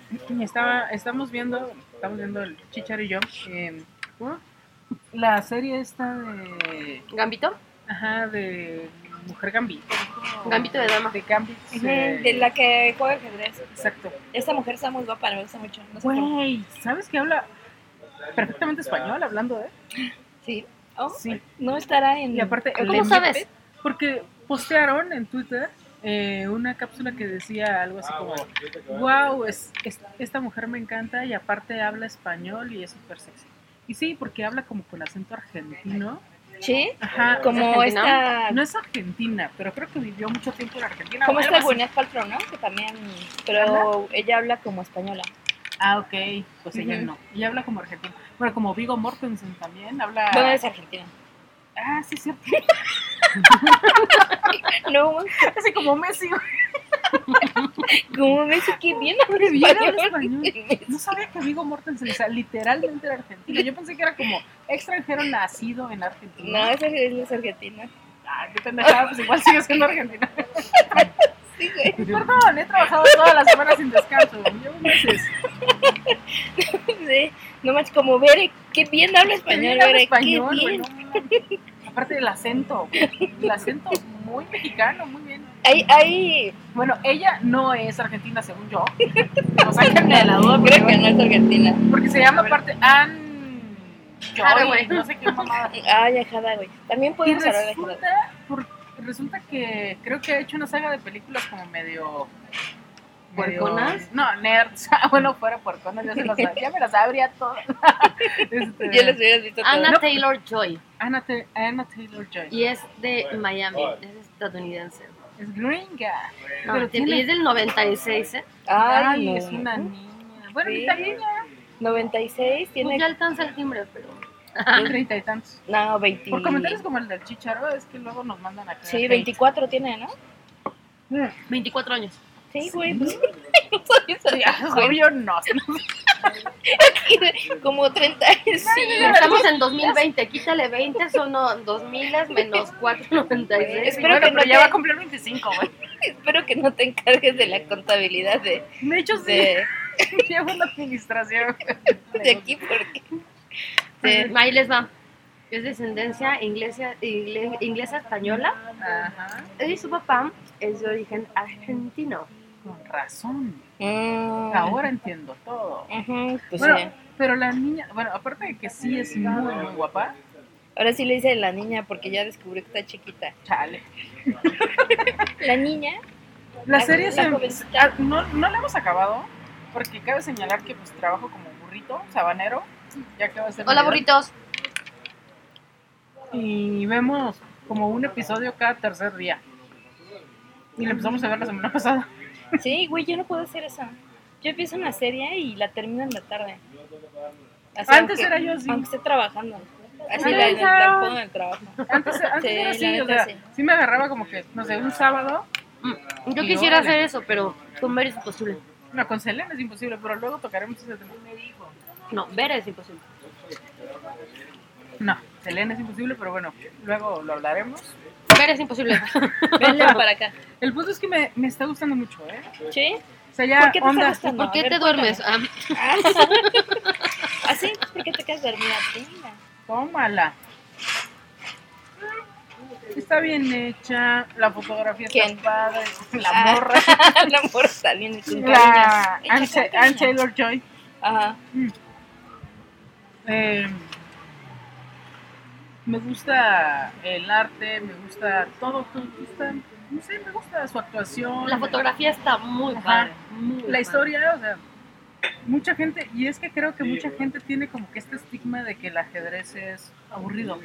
[SPEAKER 3] estaba, estamos viendo, estamos viendo el Chicharo y yo, eh, ¿cómo? la serie esta de,
[SPEAKER 5] ¿Gambito?
[SPEAKER 3] ajá, de Mujer Gambito.
[SPEAKER 5] Gambito de dama.
[SPEAKER 3] De Gambito.
[SPEAKER 4] Ujú,
[SPEAKER 3] eh,
[SPEAKER 4] De la que juega ajedrez.
[SPEAKER 3] Exacto.
[SPEAKER 4] Esta mujer está muy guapa, me gusta mucho. No sé cómo.
[SPEAKER 3] Güey, ¿sabes que habla perfectamente español hablando de?
[SPEAKER 4] Sí. Oh,
[SPEAKER 3] Sí.
[SPEAKER 4] no estará en.
[SPEAKER 3] Y aparte,
[SPEAKER 4] en-
[SPEAKER 5] ¿Cómo
[SPEAKER 3] le
[SPEAKER 5] sabes?
[SPEAKER 3] mete- Porque postearon en Twitter eh, una cápsula que decía algo así como, wow, es, es- esta mujer me encanta y aparte habla español y es súper sexy. Y sí, porque habla como con acento argentino.
[SPEAKER 4] Sí,
[SPEAKER 3] Ajá,
[SPEAKER 4] como
[SPEAKER 5] ¿Es argentina?
[SPEAKER 4] esta.
[SPEAKER 3] no es argentina, pero creo que vivió mucho tiempo en Argentina.
[SPEAKER 4] Como
[SPEAKER 3] o
[SPEAKER 4] esta
[SPEAKER 3] algo así.
[SPEAKER 4] Gwyneth Paltrow, ¿no? Que también. Pero ella habla como española.
[SPEAKER 3] Ah, ok, pues ella
[SPEAKER 4] Ujú.
[SPEAKER 3] no. Ella habla como argentina. Bueno, como Vigo Mortensen también habla...
[SPEAKER 4] Bueno, es argentina.
[SPEAKER 3] Ah, sí, cierto. [laughs]
[SPEAKER 4] No,
[SPEAKER 3] Casi como Messi. güey.
[SPEAKER 4] como me dice que bien habla
[SPEAKER 3] Bien habla
[SPEAKER 4] español.
[SPEAKER 3] No sabía que Vigo Mortensen, o sea, literalmente era argentino. Yo pensé que era como extranjero nacido en
[SPEAKER 4] [laughs]
[SPEAKER 3] Argentina.
[SPEAKER 4] No, esa es es argentina. [laughs]
[SPEAKER 3] Ah, qué pendejada, pues igual sigue siendo argentina.
[SPEAKER 4] Sí, güey.
[SPEAKER 3] Perdón, he trabajado todas las semanas sin descanso. Llevo meses.
[SPEAKER 4] Sí, no manches, como Bere, qué bien habla español,
[SPEAKER 3] Mira, hablo
[SPEAKER 4] Bere,
[SPEAKER 3] español,
[SPEAKER 4] qué
[SPEAKER 3] güey,
[SPEAKER 4] bien.
[SPEAKER 3] no mames. Aparte del acento, güey. el acento muy mexicano, muy bien.
[SPEAKER 4] Hay, hay,
[SPEAKER 3] Bueno, ella no es argentina, según yo. O sea, que me la duda, porque,
[SPEAKER 4] creo que no es argentina.
[SPEAKER 3] porque se llama aparte Ann. Joy,
[SPEAKER 5] Hathaway.
[SPEAKER 3] no sé qué mamada.
[SPEAKER 4] Ay, ajada, güey. También
[SPEAKER 3] Y
[SPEAKER 4] podemos hablar de ajada.
[SPEAKER 3] resulta, por- resulta que creo que ha hecho una saga de películas como medio. medio-
[SPEAKER 5] ¿Puerconas?
[SPEAKER 3] No, nerds. [laughs] Ah, bueno, fuera puerconas, ya, se las, ya me las sabría
[SPEAKER 4] [laughs]
[SPEAKER 3] todas. Este,
[SPEAKER 4] Ya las hubieras visto
[SPEAKER 5] Anna
[SPEAKER 4] todas.
[SPEAKER 5] Taylor Joy.
[SPEAKER 3] Anna, Ta- Anna Taylor Joy.
[SPEAKER 5] Y es de Miami. Es estadounidense.
[SPEAKER 3] Es gringa.
[SPEAKER 5] No,
[SPEAKER 3] pero
[SPEAKER 5] Ah, tiene-
[SPEAKER 3] tiene-
[SPEAKER 5] y es del 96, ¿eh?
[SPEAKER 4] Ay,
[SPEAKER 3] Ay,
[SPEAKER 4] no.
[SPEAKER 3] Ah, es una niña. Bueno,
[SPEAKER 4] Sí.
[SPEAKER 3] está niña.
[SPEAKER 4] 96,
[SPEAKER 5] Pues
[SPEAKER 4] tiene,
[SPEAKER 5] ya alcanza el timbre, pero.
[SPEAKER 3] Treinta y tantos.
[SPEAKER 4] no, 20.
[SPEAKER 3] Por comentarios como el del chicharo, es que luego nos mandan a
[SPEAKER 4] Sí, 24 tiene, ¿no?
[SPEAKER 5] 24 años.
[SPEAKER 4] Sí, güey, [laughs] pues, no sabía esa [laughs] güey.
[SPEAKER 3] [laughs] Obvio no.
[SPEAKER 4] Como 35.
[SPEAKER 5] Estamos en 2020, quítale 20, son no, 2000 menos 496.
[SPEAKER 4] Espero
[SPEAKER 3] Bueno,
[SPEAKER 4] que no
[SPEAKER 3] pero ya
[SPEAKER 4] te-
[SPEAKER 3] va a cumplir 25, güey.
[SPEAKER 4] Espero que no te encargues de la contabilidad de,
[SPEAKER 3] De hecho, sí,
[SPEAKER 4] de,
[SPEAKER 3] [laughs] llevo una
[SPEAKER 4] [laughs]
[SPEAKER 3] administración.
[SPEAKER 4] de aquí porque...
[SPEAKER 5] Este, ahí les va. Es descendencia inglesa, ingle- inglesa española
[SPEAKER 3] Ajá.
[SPEAKER 5] y su papá es de origen argentino.
[SPEAKER 3] Con razón.
[SPEAKER 4] Mm.
[SPEAKER 3] Ahora entiendo todo.
[SPEAKER 4] Ujú, pues
[SPEAKER 3] Bueno,
[SPEAKER 4] sí.
[SPEAKER 3] pero la niña, bueno, aparte de que sí es muy, muy guapa,
[SPEAKER 4] Ahora sí le dice la niña porque ya descubrí que está chiquita.
[SPEAKER 3] chale.
[SPEAKER 4] La niña,
[SPEAKER 3] La
[SPEAKER 4] La-
[SPEAKER 3] serie
[SPEAKER 4] la
[SPEAKER 3] se-
[SPEAKER 4] jovencita.
[SPEAKER 3] ah, no, no la hemos acabado, porque cabe señalar que pues trabajo como burrito, sabanero, ya que va a ser
[SPEAKER 5] Hola
[SPEAKER 3] Navidad.
[SPEAKER 5] burritos.
[SPEAKER 3] Y vemos como un episodio cada tercer día. Y lo empezamos a ver la semana [laughs] pasada.
[SPEAKER 4] sí, güey, yo no puedo hacer eso. Yo empiezo una serie y la termino en la tarde. Así,
[SPEAKER 3] Antes
[SPEAKER 4] aunque-
[SPEAKER 3] Ah, era yo así.
[SPEAKER 4] Aunque esté trabajando. Así
[SPEAKER 3] Ay,
[SPEAKER 4] la, la
[SPEAKER 3] no.
[SPEAKER 4] pongo en el trabajo.
[SPEAKER 3] Antes, antes
[SPEAKER 4] Sí,
[SPEAKER 3] era así,
[SPEAKER 4] la
[SPEAKER 3] o
[SPEAKER 4] neta,
[SPEAKER 3] sea, sí.
[SPEAKER 4] sí.
[SPEAKER 3] me agarraba como que, no sé, un sábado,
[SPEAKER 5] Mm, Yo
[SPEAKER 3] Y
[SPEAKER 5] quisiera
[SPEAKER 3] órale.
[SPEAKER 5] hacer eso, pero con ver es imposible.
[SPEAKER 3] no, con Selena es imposible, pero luego tocaremos ese tema.
[SPEAKER 5] No, ver es imposible.
[SPEAKER 3] No, Selena es imposible, pero bueno, luego lo hablaremos.
[SPEAKER 5] Ver es
[SPEAKER 3] [laughs]
[SPEAKER 5] imposible.
[SPEAKER 4] Venle para acá.
[SPEAKER 3] El punto es que me, me está gustando mucho, ¿eh?
[SPEAKER 4] ¿Sí?
[SPEAKER 3] O sea, ya
[SPEAKER 4] ¿Por qué te está
[SPEAKER 3] onda.
[SPEAKER 4] gustando?
[SPEAKER 5] ¿Por qué
[SPEAKER 4] A ver,
[SPEAKER 5] te duermes? Ah,
[SPEAKER 4] ¿Así? ¿Por qué te quedas dormida? Sí, mira.
[SPEAKER 3] Tómala. Está bien hecha, la fotografía
[SPEAKER 4] ¿Quién?
[SPEAKER 3] está padre, la
[SPEAKER 4] Ah,
[SPEAKER 3] morra,
[SPEAKER 4] [laughs] la morra está bien y con cariño.
[SPEAKER 3] la
[SPEAKER 4] Hecha
[SPEAKER 3] Ann
[SPEAKER 4] con
[SPEAKER 3] Sa-
[SPEAKER 4] cariño.
[SPEAKER 3] Ann Taylor Joy.
[SPEAKER 4] Ajá.
[SPEAKER 3] Eh, me gusta el arte, me gusta todo, todo, me gusta, no sé, me gusta su actuación,
[SPEAKER 5] La fotografía está muy
[SPEAKER 3] Ajá.
[SPEAKER 5] padre. muy
[SPEAKER 3] la
[SPEAKER 5] padre.
[SPEAKER 3] historia, o sea, mucha gente, y es que creo que mucha gente tiene como que este estigma de que el ajedrez es aburrido.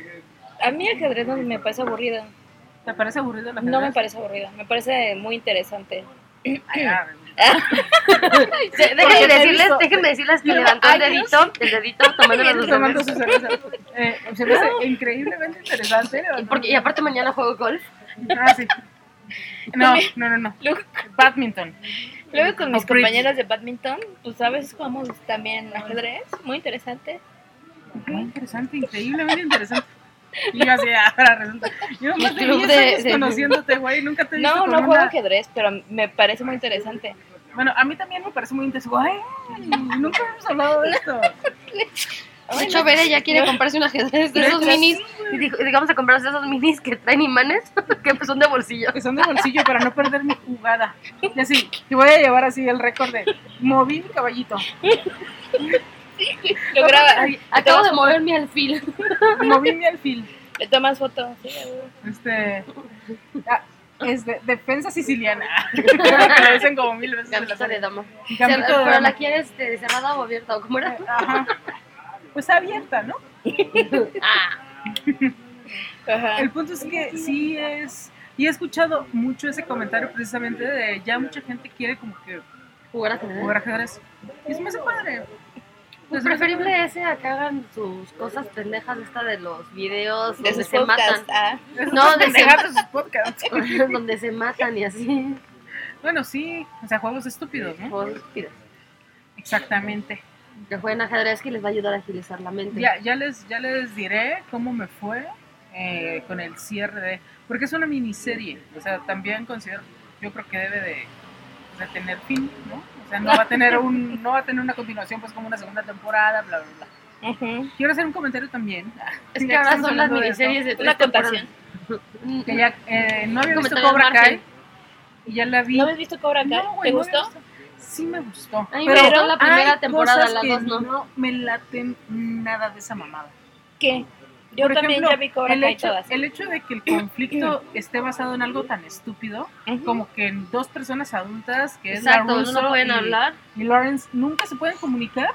[SPEAKER 4] A mí el ajedrez no me parece aburrido.
[SPEAKER 3] ¿Te parece aburrido el ajedrez?
[SPEAKER 4] No me parece aburrido. Me parece muy interesante.
[SPEAKER 3] Ay, ah,
[SPEAKER 5] De-
[SPEAKER 3] Porque
[SPEAKER 5] Déjenme
[SPEAKER 3] te he
[SPEAKER 5] decirles,
[SPEAKER 3] visto-
[SPEAKER 5] déjenme decirles que levantó el dedito, el [laughs] dedito tomando las dos
[SPEAKER 3] Tomando
[SPEAKER 5] cervezas.
[SPEAKER 3] su cerveza. Eh, se me hace increíblemente interesante.
[SPEAKER 5] Y
[SPEAKER 3] levantar-
[SPEAKER 5] porque- y aparte mañana juego golf.
[SPEAKER 3] Ah, sí. No, no, no, no.
[SPEAKER 4] Luego,
[SPEAKER 3] Badminton.
[SPEAKER 4] luego con mis
[SPEAKER 3] O bridge.
[SPEAKER 4] compañeros de badminton, pues a veces jugamos también ajedrez, muy interesante.
[SPEAKER 3] Muy interesante, increíblemente interesante. Y yo así, ah, ahora resulta. Yo más de
[SPEAKER 5] club
[SPEAKER 3] 10
[SPEAKER 5] de-
[SPEAKER 3] años
[SPEAKER 5] de-
[SPEAKER 3] conociéndote, güey, nunca te he visto
[SPEAKER 4] No,
[SPEAKER 3] con
[SPEAKER 4] no juego
[SPEAKER 3] una-
[SPEAKER 4] ajedrez, pero me parece muy interesante.
[SPEAKER 3] Bueno, a mí también me parece muy interesante. Güey, nunca hemos hablado de esto.
[SPEAKER 5] De hecho, Vera ya quiere comprarse un ajedrez de esos minis. Y dijo, y digamos a comprarse esos minis que traen imanes, [laughs] que pues son de bolsillo.
[SPEAKER 3] Que son de bolsillo para no perder mi jugada. Y así, y voy a llevar así el récord de moví mi caballito,
[SPEAKER 4] Lo grabas,
[SPEAKER 5] Ay, Acabo de mover mi [laughs] alfil.
[SPEAKER 3] moví mi alfil.
[SPEAKER 4] le tomas fotos. sí.
[SPEAKER 3] Este. ah, este, defensa
[SPEAKER 5] [laughs]
[SPEAKER 3] siciliana. que le dicen como mil veces. en la
[SPEAKER 5] Camisa de
[SPEAKER 3] tele.
[SPEAKER 5] dama.
[SPEAKER 3] Gambito de
[SPEAKER 5] Pero
[SPEAKER 3] dama.
[SPEAKER 5] la quieres este, cerrada o abierta, ¿o cómo [laughs] era?
[SPEAKER 3] Ajá. Pues abierta, ¿no?
[SPEAKER 5] Ah,
[SPEAKER 4] Ajá.
[SPEAKER 3] El punto es que sí es. Y he escuchado mucho ese comentario precisamente de ya mucha gente quiere como que
[SPEAKER 5] Jugar a tener.
[SPEAKER 3] jugar ajedrez. Y es más padre.
[SPEAKER 5] Pues preferible ese a que hagan sus cosas pendejas esta de los videos
[SPEAKER 4] De
[SPEAKER 5] donde
[SPEAKER 4] sus
[SPEAKER 5] se
[SPEAKER 4] podcasts.
[SPEAKER 5] matan.
[SPEAKER 4] ah.
[SPEAKER 3] [laughs]
[SPEAKER 5] No, de
[SPEAKER 3] Pendejadas sus podcasts.
[SPEAKER 5] [laughs] donde se matan y así.
[SPEAKER 3] Bueno, sí, o sea, juegos estúpidos, ¿no?
[SPEAKER 5] Juegos estúpidos.
[SPEAKER 3] Exactamente.
[SPEAKER 5] Que jueguen ajedrez que les va a ayudar a agilizar la mente.
[SPEAKER 3] Ya, ya, les, ya les diré cómo me fue eh, con el cierre de... Porque es una miniserie, o sea, también considero, yo creo que debe de, de tener fin, ¿no? O sea, no va, a tener un, no va a tener una continuación, pues como una segunda temporada, bla, bla, bla.
[SPEAKER 4] Ujú.
[SPEAKER 3] Quiero hacer un comentario también.
[SPEAKER 5] Es que
[SPEAKER 3] Ya
[SPEAKER 5] ahora
[SPEAKER 3] estamos
[SPEAKER 5] son las
[SPEAKER 3] hablando de esto.
[SPEAKER 5] miniseries de tres
[SPEAKER 4] Una contación.
[SPEAKER 5] temporadas.
[SPEAKER 3] Que ya eh, no había visto
[SPEAKER 5] Comentario
[SPEAKER 3] Cobra
[SPEAKER 5] al margen.
[SPEAKER 3] Kai y ya la vi.
[SPEAKER 4] ¿No habías visto Cobra Kai?
[SPEAKER 3] No,
[SPEAKER 4] ¿Te
[SPEAKER 3] güey, no
[SPEAKER 4] gustó?
[SPEAKER 3] había visto. Sí me gustó.
[SPEAKER 5] A mí me gustó la primera
[SPEAKER 3] hay
[SPEAKER 5] temporada,
[SPEAKER 3] cosas
[SPEAKER 5] la
[SPEAKER 3] que
[SPEAKER 5] dos no.
[SPEAKER 3] me laten nada de esa mamada.
[SPEAKER 4] ¿Qué? Yo
[SPEAKER 3] Por
[SPEAKER 4] también
[SPEAKER 3] ejemplo,
[SPEAKER 4] ya vi Cobra
[SPEAKER 3] el
[SPEAKER 4] Kai
[SPEAKER 3] hecho,
[SPEAKER 4] todas.
[SPEAKER 3] el hecho de que el conflicto esté basado en algo tan estúpido
[SPEAKER 4] Ujú.
[SPEAKER 3] como que en dos personas adultas que
[SPEAKER 5] Exacto,
[SPEAKER 3] es la
[SPEAKER 5] no
[SPEAKER 3] Russo
[SPEAKER 5] pueden
[SPEAKER 3] y,
[SPEAKER 5] hablar.
[SPEAKER 3] y Lawrence nunca se pueden comunicar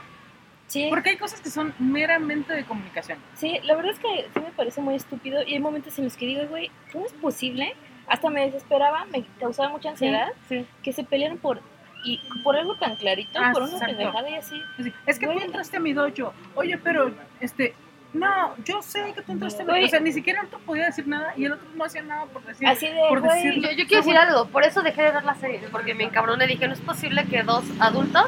[SPEAKER 4] Sí,
[SPEAKER 3] porque hay cosas que son meramente de comunicación.
[SPEAKER 4] sí, la verdad es que sí me parece muy estúpido y hay momentos en los que digo, güey, ¿cómo es posible? Hasta me desesperaba, me causaba mucha ansiedad
[SPEAKER 3] Sí.
[SPEAKER 4] que se pelearan por y por algo tan clarito,
[SPEAKER 3] Ah,
[SPEAKER 4] por una
[SPEAKER 3] exacto.
[SPEAKER 4] pendejada y así.
[SPEAKER 3] Así, Es que tú
[SPEAKER 4] Güey.
[SPEAKER 3] entraste a mi dojo. Oye, pero este no, yo sé que tú entraste a mi
[SPEAKER 4] Güey.
[SPEAKER 3] O sea, ni siquiera el otro podía decir nada y el otro no hacía nada por decir.
[SPEAKER 4] Así de,
[SPEAKER 3] por
[SPEAKER 4] güey,
[SPEAKER 3] decirlo.
[SPEAKER 5] Yo, yo quiero decir algo, por eso dejé de ver la serie, porque me encabroné. Dije, no es posible que dos adultos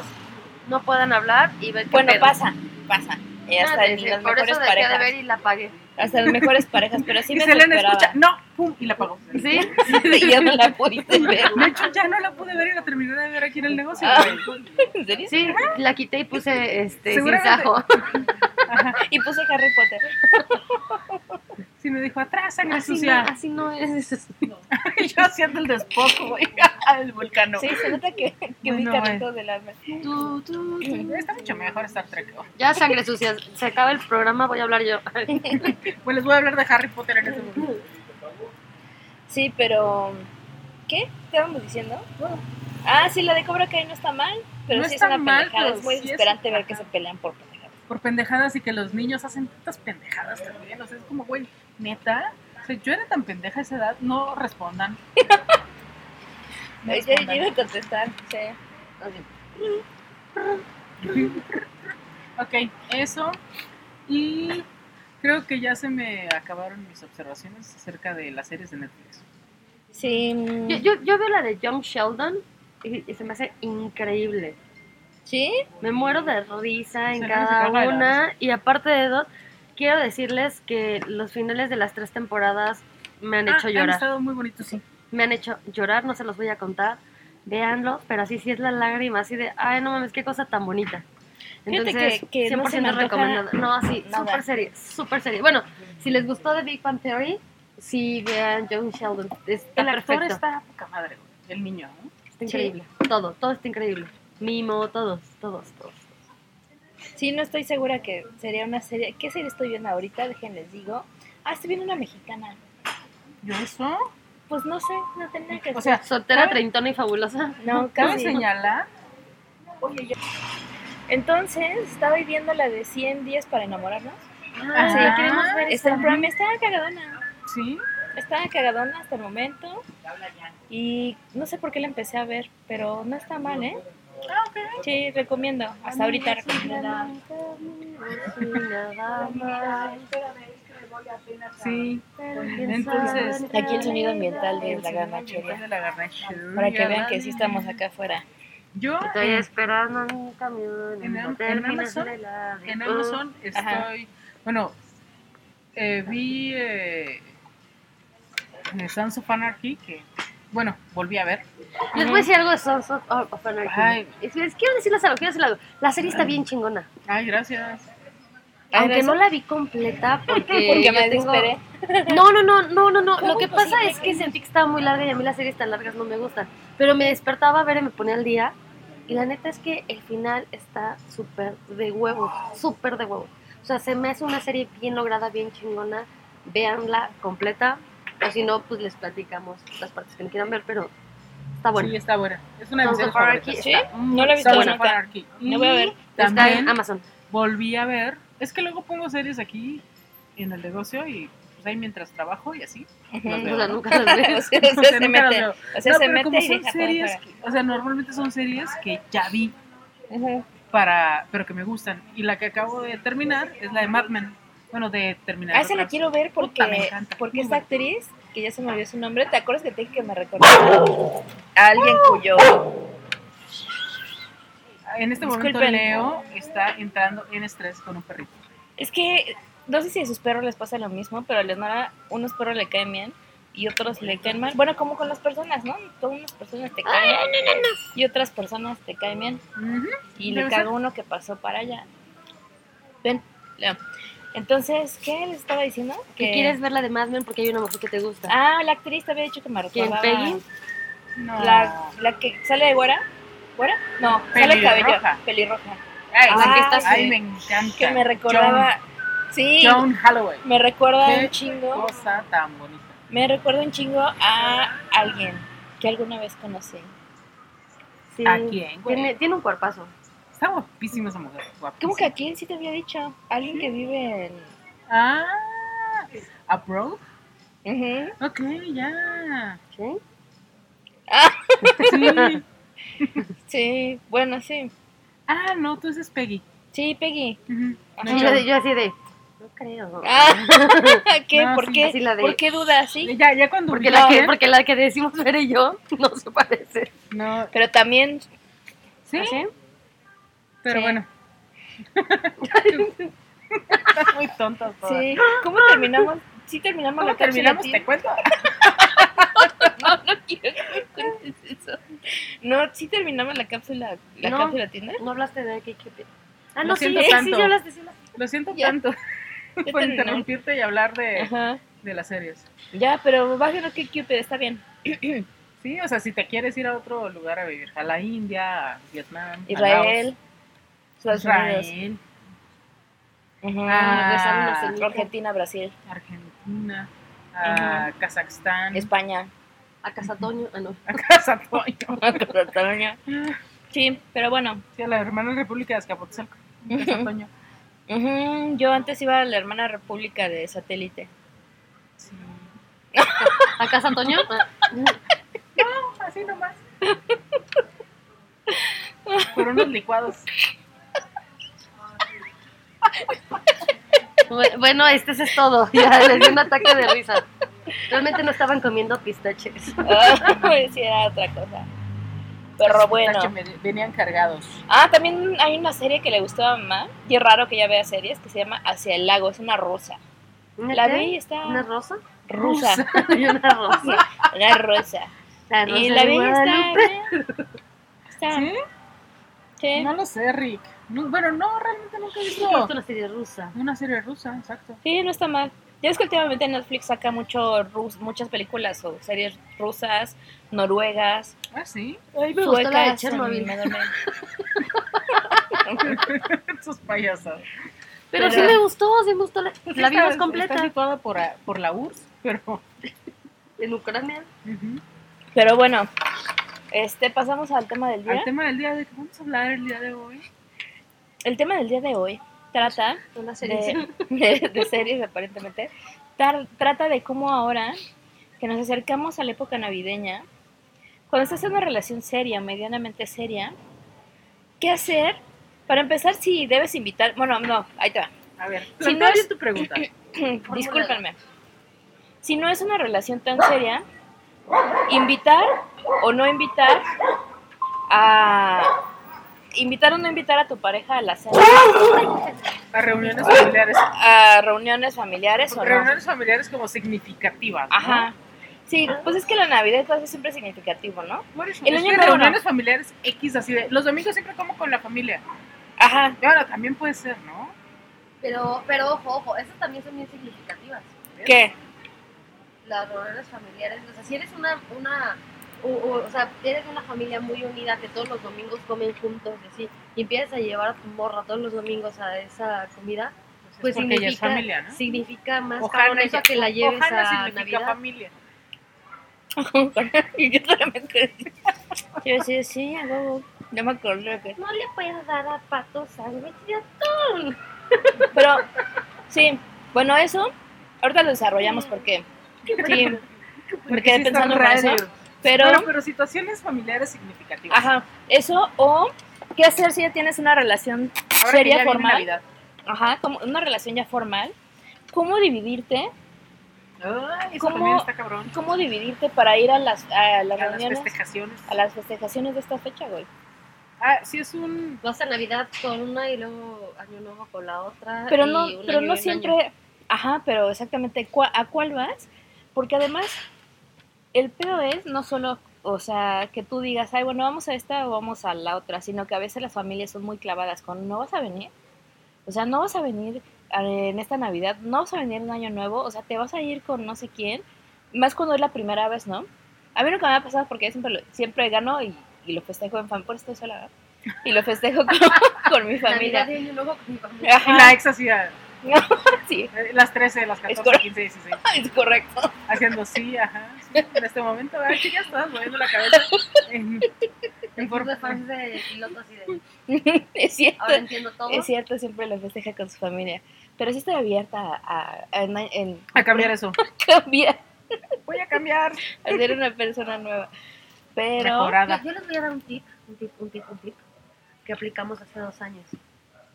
[SPEAKER 5] no puedan hablar y ver
[SPEAKER 4] [laughs]
[SPEAKER 5] qué
[SPEAKER 4] bueno,
[SPEAKER 5] pedo".
[SPEAKER 4] pasa, pasa. Y
[SPEAKER 5] Ah,
[SPEAKER 4] hasta en
[SPEAKER 5] dije,
[SPEAKER 4] las
[SPEAKER 5] por eso
[SPEAKER 4] mejores
[SPEAKER 5] dejé de ver
[SPEAKER 4] parejas.
[SPEAKER 5] y la apagué.
[SPEAKER 4] Hasta las mejores parejas, pero sí
[SPEAKER 3] [laughs] Y
[SPEAKER 4] me
[SPEAKER 3] Selena
[SPEAKER 4] desesperaba.
[SPEAKER 3] escucha, no, pum, y la apagó.
[SPEAKER 5] [laughs] ¿Sí?
[SPEAKER 4] [laughs] y ya no la
[SPEAKER 3] [laughs]
[SPEAKER 4] pudiste ver.
[SPEAKER 3] De hecho, ya no la pude ver y la terminé de ver aquí en el negocio.
[SPEAKER 4] Ah.
[SPEAKER 3] güey.
[SPEAKER 4] ¿En serio?
[SPEAKER 5] Sí, la quité y puse este, sin
[SPEAKER 3] Seguramente.
[SPEAKER 5] sajo.
[SPEAKER 3] Ajá.
[SPEAKER 4] Y puse Harry Potter.
[SPEAKER 3] Sí, me dijo, atrás, sangre
[SPEAKER 5] Así no,
[SPEAKER 3] sucia.
[SPEAKER 5] así no es.
[SPEAKER 3] Y yo haciendo el despojo, güey, [laughs] al volcano.
[SPEAKER 4] Sí, se nota que, que vi
[SPEAKER 3] Bueno,
[SPEAKER 4] carritos del alma.
[SPEAKER 5] Tú, tú, tú.
[SPEAKER 3] Está mucho mejor Star Trek.
[SPEAKER 5] Ya sangre sucia, se acaba el programa, voy a hablar yo. [laughs]
[SPEAKER 3] Pues les voy a hablar de Harry Potter en este momento.
[SPEAKER 4] Sí, pero. ¿Qué? ¿Estábamos diciendo? Ah, sí, la de Cobra Kai no está mal, pero
[SPEAKER 3] No
[SPEAKER 4] sí es
[SPEAKER 3] está
[SPEAKER 4] una
[SPEAKER 3] mal,
[SPEAKER 4] pendejada.
[SPEAKER 3] pero
[SPEAKER 4] Es muy
[SPEAKER 3] sí es-
[SPEAKER 4] desesperante ver que se pelean por pendejadas.
[SPEAKER 3] Por pendejadas y que los niños hacen tantas pendejadas también. O sea, es como, güey, neta. O sea, yo era tan pendeja a esa edad, no respondan. No
[SPEAKER 4] Ay, Ya ya iba
[SPEAKER 3] respondan.
[SPEAKER 4] a contestar, sí.
[SPEAKER 3] Ok, eso. Y creo que ya se me acabaron mis observaciones acerca de las series de Netflix.
[SPEAKER 4] Sí, mm,
[SPEAKER 5] Yo, yo, yo veo la de John Sheldon y, y se me hace increíble.
[SPEAKER 4] ¿Sí?
[SPEAKER 5] Me muero de risa en
[SPEAKER 3] Se
[SPEAKER 5] cada
[SPEAKER 3] nos acaba la
[SPEAKER 5] una. Y aparte de dos, quiero decirles que los finales de las tres temporadas me han
[SPEAKER 3] Ah,
[SPEAKER 5] hecho
[SPEAKER 3] Han
[SPEAKER 5] llorar.
[SPEAKER 3] estado muy bonitos, sí.
[SPEAKER 5] Me han hecho llorar, no se los voy a contar. Véanlo, pero así sí es la lágrima, así de, ay, no mames, qué cosa tan bonita.
[SPEAKER 4] Fíjate
[SPEAKER 5] Entonces,
[SPEAKER 4] que- que no se me
[SPEAKER 5] 100%
[SPEAKER 4] antoja
[SPEAKER 5] recomendada. No, sí,
[SPEAKER 4] nada.
[SPEAKER 5] súper serie, súper serie. Bueno, si les gustó The Big Bang Theory, sí vean John Sheldon. Está
[SPEAKER 3] El actor
[SPEAKER 5] perfecto.
[SPEAKER 3] está poca madre, güey. El niño, ¿no?
[SPEAKER 5] Está increíble. Todo, todo está increíble. Mimo, todos, todos, todos.
[SPEAKER 4] Sí, no estoy segura que sería una serie. ¿Qué serie estoy viendo ahorita? Déjenles digo. Ah, estoy viendo una mexicana.
[SPEAKER 3] Yo eso.
[SPEAKER 4] Pues no sé, no tenía que
[SPEAKER 3] O
[SPEAKER 4] ser.
[SPEAKER 3] sea,
[SPEAKER 5] Soltera,
[SPEAKER 3] ¿Saben?
[SPEAKER 5] treintona y fabulosa.
[SPEAKER 4] No,
[SPEAKER 3] cabe
[SPEAKER 4] casi.
[SPEAKER 3] señalar.
[SPEAKER 4] Entonces, estaba viendo la de 100 días para enamorarnos.
[SPEAKER 5] Ah,
[SPEAKER 4] sí,
[SPEAKER 5] queremos ver
[SPEAKER 4] Está en Prime, está cagadona.
[SPEAKER 3] Sí.
[SPEAKER 4] está cagadona hasta el momento. Y no sé por qué la empecé a ver, pero no está mal, ¿eh?
[SPEAKER 3] Ah,
[SPEAKER 4] Sí, recomiendo. Hasta ahorita recomiendo.
[SPEAKER 3] Sí. Entonces.
[SPEAKER 6] Aquí el sonido ambiental de la garnachería.
[SPEAKER 3] de la garnachería.
[SPEAKER 6] Para que vean que sí estamos acá afuera.
[SPEAKER 3] Yo
[SPEAKER 5] [laughs] Estoy esperando a mi camión.
[SPEAKER 3] En
[SPEAKER 5] En,
[SPEAKER 3] Am-
[SPEAKER 5] la
[SPEAKER 3] en
[SPEAKER 5] terminal
[SPEAKER 3] Amazon,
[SPEAKER 5] de la- de-
[SPEAKER 3] en Amazon estoy.
[SPEAKER 6] Ajá.
[SPEAKER 3] Bueno, eh, vi eh, Sons of Anarchy, que. Bueno, volví a ver.
[SPEAKER 5] Les voy a decir algo de Sons of, of Anarchy.
[SPEAKER 3] Ay.
[SPEAKER 5] Es- les quiero decirles algo, quiero decirles algo. La serie está bien chingona.
[SPEAKER 3] Ay, gracias.
[SPEAKER 5] Ah,
[SPEAKER 6] Ay,
[SPEAKER 5] Aunque
[SPEAKER 6] gracias.
[SPEAKER 5] no la vi completa
[SPEAKER 3] [laughs]
[SPEAKER 5] porque,
[SPEAKER 6] Porque me
[SPEAKER 5] yo tengo-
[SPEAKER 6] desesperé.
[SPEAKER 5] No, no, no, no, no, no. Lo que pasa es que sentí que estaba muy larga y a mí las series tan largas no me gustan. Pero me despertaba a ver y me ponía al día. Y la neta es que el final está súper de huevo, súper de huevo. O sea, se me hace una serie bien lograda, bien chingona. Véanla completa. O si no, pues les platicamos las partes que no quieran ver, pero está bueno.
[SPEAKER 3] Sí, está buena. Es una de mis
[SPEAKER 5] Sons
[SPEAKER 3] series
[SPEAKER 5] of Anarchy
[SPEAKER 3] favoritas.
[SPEAKER 5] está- Mm,
[SPEAKER 4] ¿Sí? No la he visto
[SPEAKER 3] Sons of
[SPEAKER 4] nunca.
[SPEAKER 3] Anarchy.
[SPEAKER 4] No voy a ver.
[SPEAKER 5] está
[SPEAKER 3] También
[SPEAKER 5] en Amazon.
[SPEAKER 3] volví a ver. Es que luego pongo series aquí en el negocio y pues ahí mientras trabajo y así. las veo,
[SPEAKER 5] O sea,
[SPEAKER 3] [laughs] ¿no?
[SPEAKER 5] nunca las
[SPEAKER 4] [laughs]
[SPEAKER 5] veo.
[SPEAKER 4] O sea,
[SPEAKER 3] O sea,
[SPEAKER 4] se
[SPEAKER 3] nunca las
[SPEAKER 4] mete.
[SPEAKER 3] veo.
[SPEAKER 4] O sea,
[SPEAKER 3] No,
[SPEAKER 4] se
[SPEAKER 3] pero como
[SPEAKER 4] mete y
[SPEAKER 3] son
[SPEAKER 4] deja todo
[SPEAKER 3] series,
[SPEAKER 4] afuera.
[SPEAKER 3] que- o sea, normalmente son series que ya vi,
[SPEAKER 4] Ujú.
[SPEAKER 3] para, pero que me gustan. Y la que acabo de terminar es la de Mad Men. Bueno, de terminar.
[SPEAKER 4] Ah, esa
[SPEAKER 3] otra
[SPEAKER 4] la
[SPEAKER 3] vez.
[SPEAKER 4] quiero ver porque,
[SPEAKER 3] Puta, me encanta.
[SPEAKER 4] porque
[SPEAKER 3] Muy
[SPEAKER 4] esta
[SPEAKER 3] buena.
[SPEAKER 4] actriz, que ya se me olvidó su nombre, ¿te acuerdas que te dije que me
[SPEAKER 3] [laughs]
[SPEAKER 4] recordaba? a Alguien cuyo...
[SPEAKER 3] En este momento
[SPEAKER 4] Disculpen.
[SPEAKER 3] Leo está entrando en estrés con un perrito.
[SPEAKER 4] Es que no sé si a sus perros les pasa lo mismo, pero a Leonora unos perros le caen bien y otros le caen mal. Bueno, como con las personas, ¿no? Todas unas personas te caen bien y otras personas te caen bien. Y le
[SPEAKER 3] Debe
[SPEAKER 4] cago uno que pasó para allá. Ven, Leo. Entonces, ¿qué les estaba diciendo?
[SPEAKER 5] Que quieres ver la de Mad Men porque hay una mujer que te gusta.
[SPEAKER 4] Ah, la actriz te había dicho que me
[SPEAKER 5] ¿Quién,
[SPEAKER 4] recordaba.
[SPEAKER 5] Peggy?
[SPEAKER 3] No.
[SPEAKER 4] La, la que sale de güera. ¿Güera? No, sale
[SPEAKER 3] Pelirroja.
[SPEAKER 4] cabello. Pelirroja.
[SPEAKER 3] Ay,
[SPEAKER 5] Ah, la que está
[SPEAKER 3] ay,
[SPEAKER 5] así.
[SPEAKER 3] me encanta.
[SPEAKER 4] Que me recordaba. Sí.
[SPEAKER 3] John, John Holloway.
[SPEAKER 4] Me recuerda
[SPEAKER 3] Qué Oh.
[SPEAKER 4] un chingo.
[SPEAKER 3] Cosa tan bonita.
[SPEAKER 4] Me recuerda un chingo a alguien que alguna vez conocí.
[SPEAKER 5] Sí.
[SPEAKER 3] ¿A quién? güey?
[SPEAKER 5] Tiene, tiene un cuerpazo.
[SPEAKER 3] Está guapísima esa mujer.
[SPEAKER 4] ¿Cómo que
[SPEAKER 3] Guapísima.
[SPEAKER 4] a quién sí te había dicho? Alguien que vive en.
[SPEAKER 3] Ah, abroad.
[SPEAKER 4] Ujú.
[SPEAKER 3] Ok, ya.
[SPEAKER 5] ¿Sí?
[SPEAKER 4] Ah.
[SPEAKER 3] Sí.
[SPEAKER 4] Sí, bueno, sí.
[SPEAKER 3] Ah, no, tú dices Peggy.
[SPEAKER 4] Sí, Peggy.
[SPEAKER 3] Ujú. No,
[SPEAKER 5] Y
[SPEAKER 3] yo-
[SPEAKER 5] yo, yo así de, no creo.
[SPEAKER 4] Ah, [laughs] ¿Qué?
[SPEAKER 3] No,
[SPEAKER 4] ¿Por
[SPEAKER 3] sí,
[SPEAKER 4] qué?
[SPEAKER 5] así la de-
[SPEAKER 4] ¿Por qué duda así?
[SPEAKER 3] Ya, ya cuando
[SPEAKER 5] Porque
[SPEAKER 3] vi-
[SPEAKER 5] la, que, porque la que decimos ver y yo [laughs] no se parece.
[SPEAKER 3] No,
[SPEAKER 4] Pero también.
[SPEAKER 3] sí,
[SPEAKER 5] ¿Sí?
[SPEAKER 3] pero
[SPEAKER 4] Sí.
[SPEAKER 3] bueno. Estás muy tonta todas.
[SPEAKER 4] Sí. ¿Cómo terminamos? Sí, terminamos
[SPEAKER 3] ¿Cómo
[SPEAKER 4] la cápsula,
[SPEAKER 3] terminamos?
[SPEAKER 4] sí.
[SPEAKER 3] Te cuento.
[SPEAKER 4] [laughs] No, no quiero que me cuentes eso. No, sí terminamos la cápsula, la
[SPEAKER 5] No.
[SPEAKER 4] cápsula Tinder.
[SPEAKER 5] No hablaste de KKP. Ah,
[SPEAKER 3] Lo
[SPEAKER 5] no, sí,
[SPEAKER 3] siento
[SPEAKER 5] sí,
[SPEAKER 3] tanto.
[SPEAKER 5] sí hablaste. Sí, hablaste.
[SPEAKER 3] Lo siento
[SPEAKER 4] Ya.
[SPEAKER 3] tanto
[SPEAKER 4] [laughs] Ya
[SPEAKER 3] [laughs] por
[SPEAKER 4] terminamos.
[SPEAKER 3] interrumpirte y hablar de,
[SPEAKER 4] Ajá.
[SPEAKER 3] de las series.
[SPEAKER 4] Ya, pero bajen a que Cupid, está bien.
[SPEAKER 3] Sí, o sea, si te quieres ir a otro lugar a vivir, a la India, a Vietnam, a
[SPEAKER 4] Israel,
[SPEAKER 3] Laos,
[SPEAKER 4] Estados Unidos,
[SPEAKER 3] Israel,
[SPEAKER 4] Ajá.
[SPEAKER 3] Ah.
[SPEAKER 5] Regresaron los señores
[SPEAKER 4] Argentina, Brasil,
[SPEAKER 3] Argentina, a Kazajstán,
[SPEAKER 4] España,
[SPEAKER 5] A Casa Toño. Ah, no.
[SPEAKER 3] a [laughs] Casatoño,
[SPEAKER 4] Cataluña. Sí, pero bueno.
[SPEAKER 3] sí, a la hermana República de Azcapotzalco, Casatoño.
[SPEAKER 4] Ujú, Yo antes iba a la hermana república de satélite. [laughs]
[SPEAKER 3] Sí.
[SPEAKER 5] A Casa [laughs] Toño. Ah,
[SPEAKER 3] Así nomás. Por unos licuados.
[SPEAKER 5] bu- Bueno, este es todo. [laughs] Ya les di un ataque de risa. Realmente no estaban comiendo pistaches.
[SPEAKER 4] Ay, Ah, [laughs] sí, era otra cosa. Pero bueno.
[SPEAKER 3] Que me- venían cargados.
[SPEAKER 4] Ah, también hay una serie que le gustó a mamá. Y es raro que ella vea series que se llama Hacia el lago. Es una rusa.
[SPEAKER 5] ¿Una
[SPEAKER 4] La
[SPEAKER 5] qué?
[SPEAKER 4] vi y está
[SPEAKER 5] ¿Una rosa?
[SPEAKER 4] rusa.
[SPEAKER 5] [laughs] Y una [laughs] rosa.
[SPEAKER 4] Una rusa.
[SPEAKER 5] La rosa
[SPEAKER 4] Y la
[SPEAKER 5] de
[SPEAKER 4] vi y está.
[SPEAKER 5] Guadalupe.
[SPEAKER 4] bien. Está.
[SPEAKER 3] ¿Sí?
[SPEAKER 4] Sí.
[SPEAKER 3] No lo sé, Rick. No- bueno, no, realmente nunca he
[SPEAKER 5] He visto
[SPEAKER 3] visto
[SPEAKER 5] una serie rusa.
[SPEAKER 3] una serie rusa, exacto.
[SPEAKER 4] Sí, no está mal. Ya es que últimamente Netflix saca mucho rus- muchas películas o series rusas, noruegas,
[SPEAKER 3] Ah, [laughs] sí.
[SPEAKER 4] Ay,
[SPEAKER 5] me gustó la de Chernobyl.
[SPEAKER 3] Esos payasos.
[SPEAKER 5] Pero, sí
[SPEAKER 4] Pero-
[SPEAKER 5] me gustó, sí me gustó. La, la vimos
[SPEAKER 3] Está
[SPEAKER 5] completa.
[SPEAKER 3] situada por, a- por la URSS, pero.
[SPEAKER 5] En Ucrania.
[SPEAKER 3] Ujú.
[SPEAKER 4] Pero bueno, este pasamos al tema del día.
[SPEAKER 3] Al tema del día de que vamos a hablar el día de hoy.
[SPEAKER 4] El tema del día de hoy trata
[SPEAKER 5] Una serie.
[SPEAKER 4] de, de- de series aparentemente. Tar- trata de cómo ahora que nos acercamos a la época navideña, cuando estás en una relación seria, medianamente seria, ¿qué hacer? Para empezar, si debes invitar, bueno, no, ahí te va.
[SPEAKER 3] A [laughs] ver,
[SPEAKER 4] no
[SPEAKER 3] si no
[SPEAKER 4] es- eh,
[SPEAKER 3] tu pregunta.
[SPEAKER 4] Discúlpenme. Si no es una relación tan seria, invitar o no invitar a invitar o no invitar a tu pareja a la cena,
[SPEAKER 3] A reuniones familiares.
[SPEAKER 4] a reuniones familiares o ah, no.
[SPEAKER 3] Reuniones familiares como significativas. ¿no?
[SPEAKER 4] Ajá. Sí, pues es que la Navidad es siempre es significativo, ¿no?
[SPEAKER 3] Por eso,
[SPEAKER 4] El
[SPEAKER 3] es
[SPEAKER 4] año
[SPEAKER 3] que
[SPEAKER 4] nuevo no.
[SPEAKER 3] reuniones familiares X así de. Los domingos siempre como con la familia.
[SPEAKER 4] Ajá.
[SPEAKER 3] Bueno, también puede ser, ¿no?
[SPEAKER 5] Pero, pero ojo, ojo, esas también son bien significativas.
[SPEAKER 4] ¿Qué? [laughs]
[SPEAKER 5] Las reuniones familiares, o sea, si eres una, una o, o- o sea, eres una familia muy unida que todos los domingos comen juntos y así, y empiezas a llevar a tu morra todos los domingos a esa comida,
[SPEAKER 3] Pues, es
[SPEAKER 5] pues
[SPEAKER 3] porque ella
[SPEAKER 5] significa,
[SPEAKER 3] es familia, ¿no?
[SPEAKER 5] significa más
[SPEAKER 3] Ojana
[SPEAKER 5] cabrón eso
[SPEAKER 3] ya-
[SPEAKER 5] a que la lleves
[SPEAKER 3] Ojana
[SPEAKER 5] a
[SPEAKER 3] significa
[SPEAKER 5] Navidad.
[SPEAKER 3] familia.
[SPEAKER 4] Y yo solamente yo decía, sí, a huevo. No me acuerdo que.
[SPEAKER 5] No le puedes dar a pato sándwich de
[SPEAKER 4] Pero, sí, bueno, eso ahorita lo desarrollamos porque. Sí, me quedé
[SPEAKER 3] sí está
[SPEAKER 4] pensando en
[SPEAKER 3] raro.
[SPEAKER 4] eso. Pero,
[SPEAKER 3] Bueno, pero situaciones familiares significativas.
[SPEAKER 4] ajá, eso o qué hacer si ya tienes una relación
[SPEAKER 3] Ahora que ya
[SPEAKER 4] seria,
[SPEAKER 3] viene
[SPEAKER 4] formal.
[SPEAKER 3] Navidad.
[SPEAKER 4] Ajá, como una relación ya formal. ¿Cómo dividirte?
[SPEAKER 3] Ay, eso
[SPEAKER 4] ¿Cómo-
[SPEAKER 3] también está cabrón.
[SPEAKER 4] ¿Cómo dividirte para ir a las, a las
[SPEAKER 3] A las
[SPEAKER 4] reuniones,
[SPEAKER 3] festejaciones.
[SPEAKER 4] a las festejaciones de esta fecha, güey?
[SPEAKER 3] Ah, sí, es un.
[SPEAKER 5] Vas a Navidad con una y luego Año Nuevo con la otra.
[SPEAKER 4] Pero
[SPEAKER 5] Ah, y
[SPEAKER 4] no,
[SPEAKER 5] un
[SPEAKER 4] pero
[SPEAKER 5] año
[SPEAKER 4] no
[SPEAKER 5] y un
[SPEAKER 4] siempre.
[SPEAKER 5] año.
[SPEAKER 4] Ajá, pero exactamente ¿cuá- a cuál vas. Porque además, el pedo es no solo, o sea, que tú digas, ay, bueno, vamos a esta o vamos a la otra, sino que a veces las familias son muy clavadas con, no vas a venir. O sea, no vas a venir a- en esta Navidad, no vas a venir en Año Nuevo, o sea, te vas a ir con no sé quién. Más cuando es la primera vez, ¿no? A mí nunca me ha pasado porque yo siempre, lo- siempre gano y, y lo festejo en fan, por esto sola, ¿verdad? Y lo festejo [laughs] con, con
[SPEAKER 5] [laughs]
[SPEAKER 4] mi
[SPEAKER 5] Navidad
[SPEAKER 4] familia.
[SPEAKER 5] y Año Nuevo con mi familia.
[SPEAKER 3] Y
[SPEAKER 4] Ajá,
[SPEAKER 3] la ex hacía
[SPEAKER 4] sí. [laughs]
[SPEAKER 3] eh, las 13, las 14,
[SPEAKER 4] correcto.
[SPEAKER 3] 15, 16.
[SPEAKER 4] Es correcto.
[SPEAKER 3] Haciendo sí, ajá.
[SPEAKER 4] [laughs]
[SPEAKER 3] sí, en este momento, ay, sí, ya estás moviendo la cabeza. En, en
[SPEAKER 5] Club
[SPEAKER 3] forma.
[SPEAKER 5] de fans de pilotos y de.
[SPEAKER 4] [laughs] es cierto.
[SPEAKER 5] Ahora entiendo todo.
[SPEAKER 4] Es cierto, siempre lo festeja con su familia. Pero sí estoy abierta a, a- a- en, en
[SPEAKER 3] A cambiar eso.
[SPEAKER 4] cambiar,
[SPEAKER 3] Voy a cambiar.
[SPEAKER 4] a ser una persona nueva. Pero
[SPEAKER 5] Yo,
[SPEAKER 3] Mejorada.
[SPEAKER 5] yo les voy a dar un tip, un tip, un tip, un tip que aplicamos hace dos años,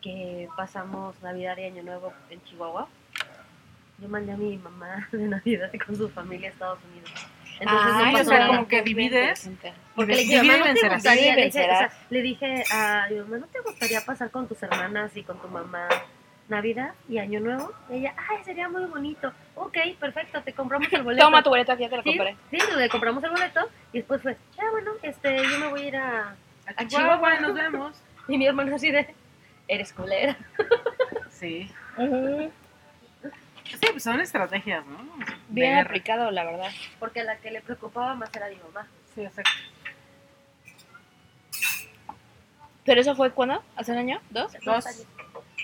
[SPEAKER 5] que pasamos Navidad y Año Nuevo en Chihuahua. Yo mandé a mi mamá [laughs] de Navidad con su familia a Estados Unidos. Entonces
[SPEAKER 4] Ay,
[SPEAKER 5] no
[SPEAKER 3] o
[SPEAKER 5] pasó
[SPEAKER 3] sea,
[SPEAKER 5] nada.
[SPEAKER 3] como que divides.
[SPEAKER 5] Porque le
[SPEAKER 3] Porque
[SPEAKER 5] dije, mamá, ¿no te
[SPEAKER 3] vencerás.
[SPEAKER 5] gustaría? Le dije, o
[SPEAKER 4] vencerás.
[SPEAKER 5] sea, le dije a mi mamá, ¿no te gustaría pasar con tus hermanas y con tu mamá Navidad y Año Nuevo? Y ella, ay, sería muy bonito. Ok, perfecto, te compramos el boleto.
[SPEAKER 4] toma tu boleto, aquí ya te lo
[SPEAKER 5] Sí,
[SPEAKER 4] compré.
[SPEAKER 5] sí, le compramos el boleto y después fue, ah, bueno, este, yo me voy a ir a...
[SPEAKER 3] A Chihuahua, nos vemos.
[SPEAKER 5] Y mi hermano así de, eres culera.
[SPEAKER 3] Sí.
[SPEAKER 4] Ujú.
[SPEAKER 3] Sí, pues son estrategias, ¿no?
[SPEAKER 4] Bien
[SPEAKER 3] De guerra.
[SPEAKER 4] aplicado, la verdad.
[SPEAKER 5] Porque la que le preocupaba más era mi mamá.
[SPEAKER 3] Sí, exacto.
[SPEAKER 4] Pero eso fue cuando? ¿Hace un año? ¿Dos?
[SPEAKER 5] Hace
[SPEAKER 3] Dos.
[SPEAKER 5] años,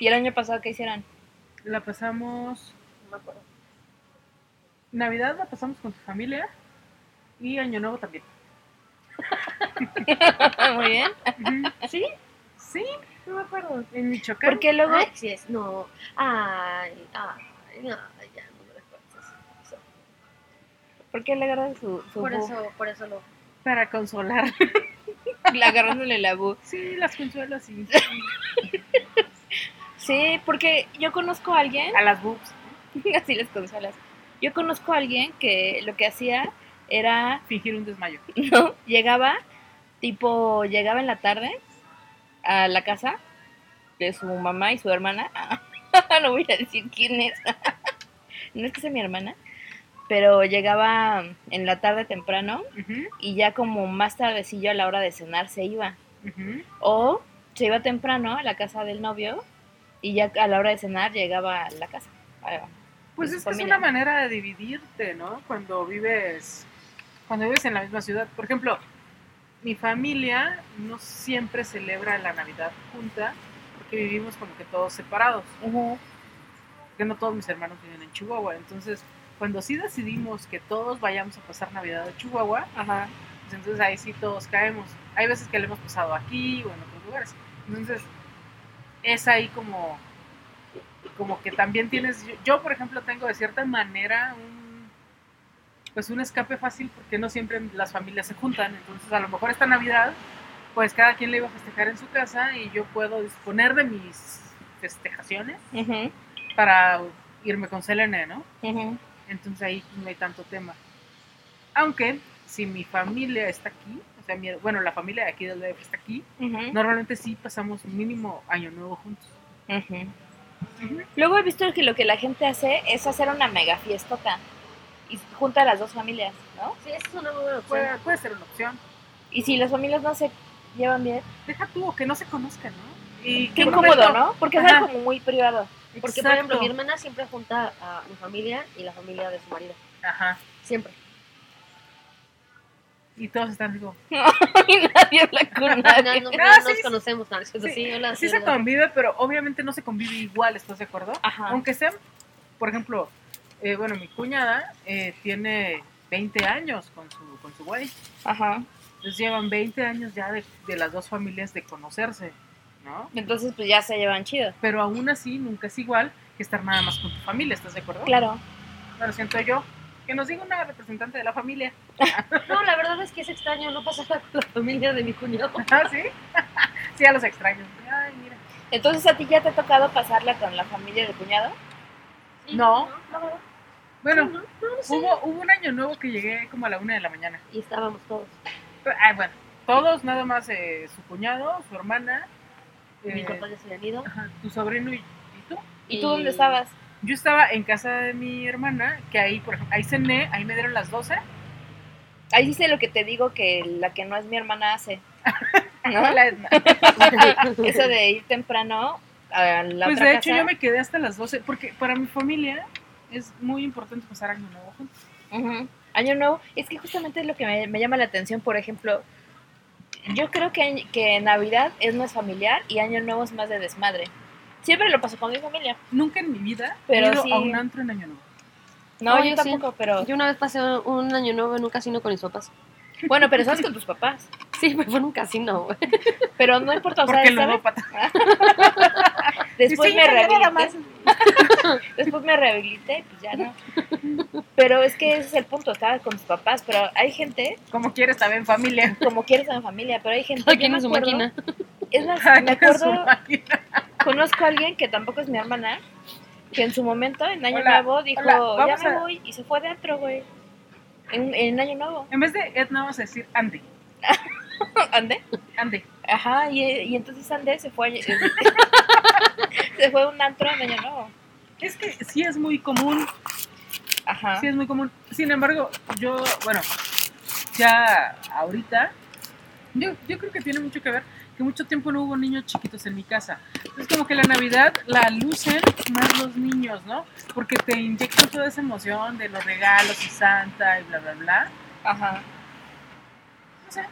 [SPEAKER 4] ¿Y el año pasado qué
[SPEAKER 5] [laughs]
[SPEAKER 4] hicieron?
[SPEAKER 3] La pasamos.
[SPEAKER 5] no me acuerdo.
[SPEAKER 3] Navidad la pasamos con tu familia. Y Año Nuevo también.
[SPEAKER 4] Muy bien.
[SPEAKER 3] Ujú.
[SPEAKER 5] ¿Sí?
[SPEAKER 3] Sí,
[SPEAKER 5] No me acuerdo.
[SPEAKER 3] en Michoacán.
[SPEAKER 4] Porque luego.
[SPEAKER 5] Ay, sí es, no. Ay, ay, no, ya no me recuerdas.
[SPEAKER 3] Pues
[SPEAKER 4] ¿Por qué le agarran su, su
[SPEAKER 5] Por
[SPEAKER 4] bu?
[SPEAKER 5] eso, por eso lo...
[SPEAKER 3] Para consolar.
[SPEAKER 4] [laughs]
[SPEAKER 3] [laughs]
[SPEAKER 4] Le agarrándole la bu.
[SPEAKER 3] Sí, las consuelo así.
[SPEAKER 4] Sí, porque yo conozco a alguien
[SPEAKER 3] A las boobs.
[SPEAKER 4] [laughs] Así les consuelas. Yo conozco a alguien que lo que hacía era,
[SPEAKER 3] Fingir un desmayo.
[SPEAKER 4] no, llegaba, tipo, llegaba en la tarde a la casa de su mamá y su hermana. [laughs] no voy a decir quién es. [laughs] no es que sea mi hermana. Pero llegaba en la tarde temprano
[SPEAKER 3] Ujú,
[SPEAKER 4] y ya como más tardecillo a la hora de cenar se iba.
[SPEAKER 3] ujú.
[SPEAKER 4] O se iba temprano a la casa del novio y ya a la hora de cenar llegaba a la casa. a-
[SPEAKER 3] Pues
[SPEAKER 4] Su
[SPEAKER 3] es que es
[SPEAKER 4] familia.
[SPEAKER 3] una manera de dividirte, ¿no? Cuando vives, cuando vives en la misma ciudad. Por ejemplo, mi familia no siempre celebra la Navidad junta porque vivimos como que todos separados. Porque no todos mis hermanos viven en Chihuahua. Entonces, cuando sí decidimos que todos vayamos a pasar Navidad a Chihuahua,
[SPEAKER 4] Ajá.
[SPEAKER 3] pues entonces ahí sí todos caemos. Hay veces que lo hemos pasado aquí o en otros lugares. Entonces, es ahí como, como que también tienes, yo, yo, por ejemplo tengo de cierta manera un, pues un escape fácil porque no siempre las familias se juntan. Entonces, a lo mejor esta Navidad, pues cada quien le iba a festejar en su casa y yo puedo disponer de mis festejaciones
[SPEAKER 4] Ujú,
[SPEAKER 3] para irme con Selene, ¿no?
[SPEAKER 4] ujú.
[SPEAKER 3] Entonces ahí pues, no hay tanto tema. Aunque, si mi familia está aquí, o sea, mi- bueno, la familia de aquí del DF está aquí,
[SPEAKER 4] Ujú,
[SPEAKER 3] normalmente sí pasamos mínimo año nuevo juntos.
[SPEAKER 4] ujú. Luego he visto que lo que la gente hace es hacer una mega fiestota y junta a las dos familias, ¿no?
[SPEAKER 5] Sí, esa es una muy buena opción.
[SPEAKER 3] Puede, puede ser una opción.
[SPEAKER 4] Y si las familias no se llevan bien,
[SPEAKER 3] Deja tú o que no se conozcan, ¿no? Y
[SPEAKER 4] qué
[SPEAKER 3] que
[SPEAKER 4] incómodo, ¿no? Porque es algo
[SPEAKER 3] Ajá.
[SPEAKER 4] como muy privado.
[SPEAKER 5] Porque, por ejemplo,
[SPEAKER 3] Pues, Exacto.
[SPEAKER 5] mi hermana siempre junta a mi familia y la familia de su marido.
[SPEAKER 3] Ajá.
[SPEAKER 5] Siempre.
[SPEAKER 3] [laughs] Y todos están digo,
[SPEAKER 4] [laughs] y nadie habla [laughs] con
[SPEAKER 5] No,
[SPEAKER 4] nadie.
[SPEAKER 5] no, no,
[SPEAKER 3] [laughs] Ah,
[SPEAKER 5] nos
[SPEAKER 3] sí,
[SPEAKER 5] conocemos, no, es cierto, sí, Pues hola,
[SPEAKER 3] sí
[SPEAKER 5] sí,
[SPEAKER 3] se
[SPEAKER 5] hola.
[SPEAKER 3] convive, pero obviamente no se convive igual, ¿estás de acuerdo?
[SPEAKER 4] Ajá.
[SPEAKER 3] Aunque sean, por ejemplo, eh, bueno, mi cuñada eh, tiene 20 años con su, con su güey.
[SPEAKER 4] Ajá.
[SPEAKER 3] Entonces pues llevan 20 años ya de, de las dos familias de conocerse, ¿no?
[SPEAKER 4] Entonces, pues ya se llevan chido.
[SPEAKER 3] Pero aún así nunca es igual que estar nada más con tu familia, ¿estás de acuerdo?
[SPEAKER 4] Claro.
[SPEAKER 3] Bueno, siento yo. Que nos diga una representante de la familia. [laughs]
[SPEAKER 5] No, la verdad es que es extraño, no pasa nada con [laughs] la familia de mi cuñado.
[SPEAKER 3] ¿Ah, sí? [laughs] sí, a los extraños. Ay, mira.
[SPEAKER 4] Entonces, ¿a ti ya te ha tocado pasarla con la familia de cuñado?
[SPEAKER 5] Sí,
[SPEAKER 3] No.
[SPEAKER 5] no, no,
[SPEAKER 3] Bueno,
[SPEAKER 5] no, no, no sé.
[SPEAKER 3] hubo, hubo un año nuevo que llegué como a la una de la mañana.
[SPEAKER 5] Y estábamos todos.
[SPEAKER 3] Pero, Ay, bueno, todos, nada más eh, su cuñado, su hermana,
[SPEAKER 5] Mis
[SPEAKER 3] eh,
[SPEAKER 5] papás ya se habían ido.
[SPEAKER 3] ajá, tu sobrino y, y tú.
[SPEAKER 4] ¿Y tú dónde estabas?
[SPEAKER 3] Yo estaba en casa de mi hermana, que ahí, por ejemplo, ahí cené, ahí me dieron las 12.
[SPEAKER 4] Ahí dice lo que te digo que la que no es mi hermana hace. ¿No? [laughs]
[SPEAKER 3] Hola, Edna.
[SPEAKER 4] Eso de ir temprano a la
[SPEAKER 3] pues
[SPEAKER 4] otra
[SPEAKER 3] de hecho
[SPEAKER 4] casa.
[SPEAKER 3] yo me quedé hasta las 12, porque para mi familia es muy importante pasar año nuevo juntos.
[SPEAKER 4] Ujú. Año nuevo. Es que justamente es lo que me, me llama la atención. Por ejemplo, yo creo que, que Navidad es más familiar y Año Nuevo es más de desmadre. Siempre lo paso con mi familia.
[SPEAKER 3] Nunca en mi vida
[SPEAKER 4] Pero
[SPEAKER 3] he ido
[SPEAKER 4] sí.
[SPEAKER 3] a un antro en año nuevo.
[SPEAKER 4] No,
[SPEAKER 5] No,
[SPEAKER 4] yo,
[SPEAKER 5] yo sí.
[SPEAKER 4] tampoco, pero...
[SPEAKER 5] Yo una vez pasé un año nuevo en un casino con mis papás. [laughs]
[SPEAKER 4] Bueno, pero estás con tus papás.
[SPEAKER 5] Sí, me fue en un casino, güey.
[SPEAKER 4] Pero no
[SPEAKER 5] [laughs]
[SPEAKER 4] importa, o sea,
[SPEAKER 3] porque
[SPEAKER 4] ¿sabes?
[SPEAKER 3] luego pata-
[SPEAKER 4] Después
[SPEAKER 3] Sí,
[SPEAKER 4] me
[SPEAKER 3] ya nada
[SPEAKER 4] rehabilité.
[SPEAKER 3] más.
[SPEAKER 4] [laughs] Después me rehabilité y pues ya no. Pero es que ese es el punto, estaba con tus papás, pero hay gente,
[SPEAKER 3] Como quieres, también en familia.
[SPEAKER 4] como quieres en familia, pero hay gente
[SPEAKER 5] Cada
[SPEAKER 4] yo
[SPEAKER 5] quien
[SPEAKER 4] me
[SPEAKER 5] en su
[SPEAKER 4] acuerdo-
[SPEAKER 5] máquina.
[SPEAKER 4] Es más, me
[SPEAKER 3] Ay, es
[SPEAKER 4] acuerdo,
[SPEAKER 3] una-
[SPEAKER 4] conozco a alguien que tampoco es mi hermana, que en su momento, en Año
[SPEAKER 3] Hola,
[SPEAKER 4] Nuevo, dijo,
[SPEAKER 3] hola,
[SPEAKER 4] ya
[SPEAKER 3] vamos
[SPEAKER 4] me
[SPEAKER 3] a-
[SPEAKER 4] voy, y se fue de antro, güey. En, en Año Nuevo.
[SPEAKER 3] En vez de Edna, vamos a decir Andy.
[SPEAKER 4] ¿Ande?
[SPEAKER 3] Andy.
[SPEAKER 4] Ajá, y, y entonces Ande se fue a...
[SPEAKER 3] [laughs]
[SPEAKER 4] se fue a un antro en Año Nuevo.
[SPEAKER 3] Es que sí es muy común,
[SPEAKER 4] Ajá.
[SPEAKER 3] sí es muy común. Sin embargo, yo, bueno, ya ahorita, yo, yo creo que tiene mucho que ver que mucho tiempo no hubo niños chiquitos en mi casa. Es como que la Navidad la lucen más los niños, ¿no? Porque te inyectan toda esa emoción de los regalos y Santa y bla, bla, bla.
[SPEAKER 4] Ajá.
[SPEAKER 3] No sé.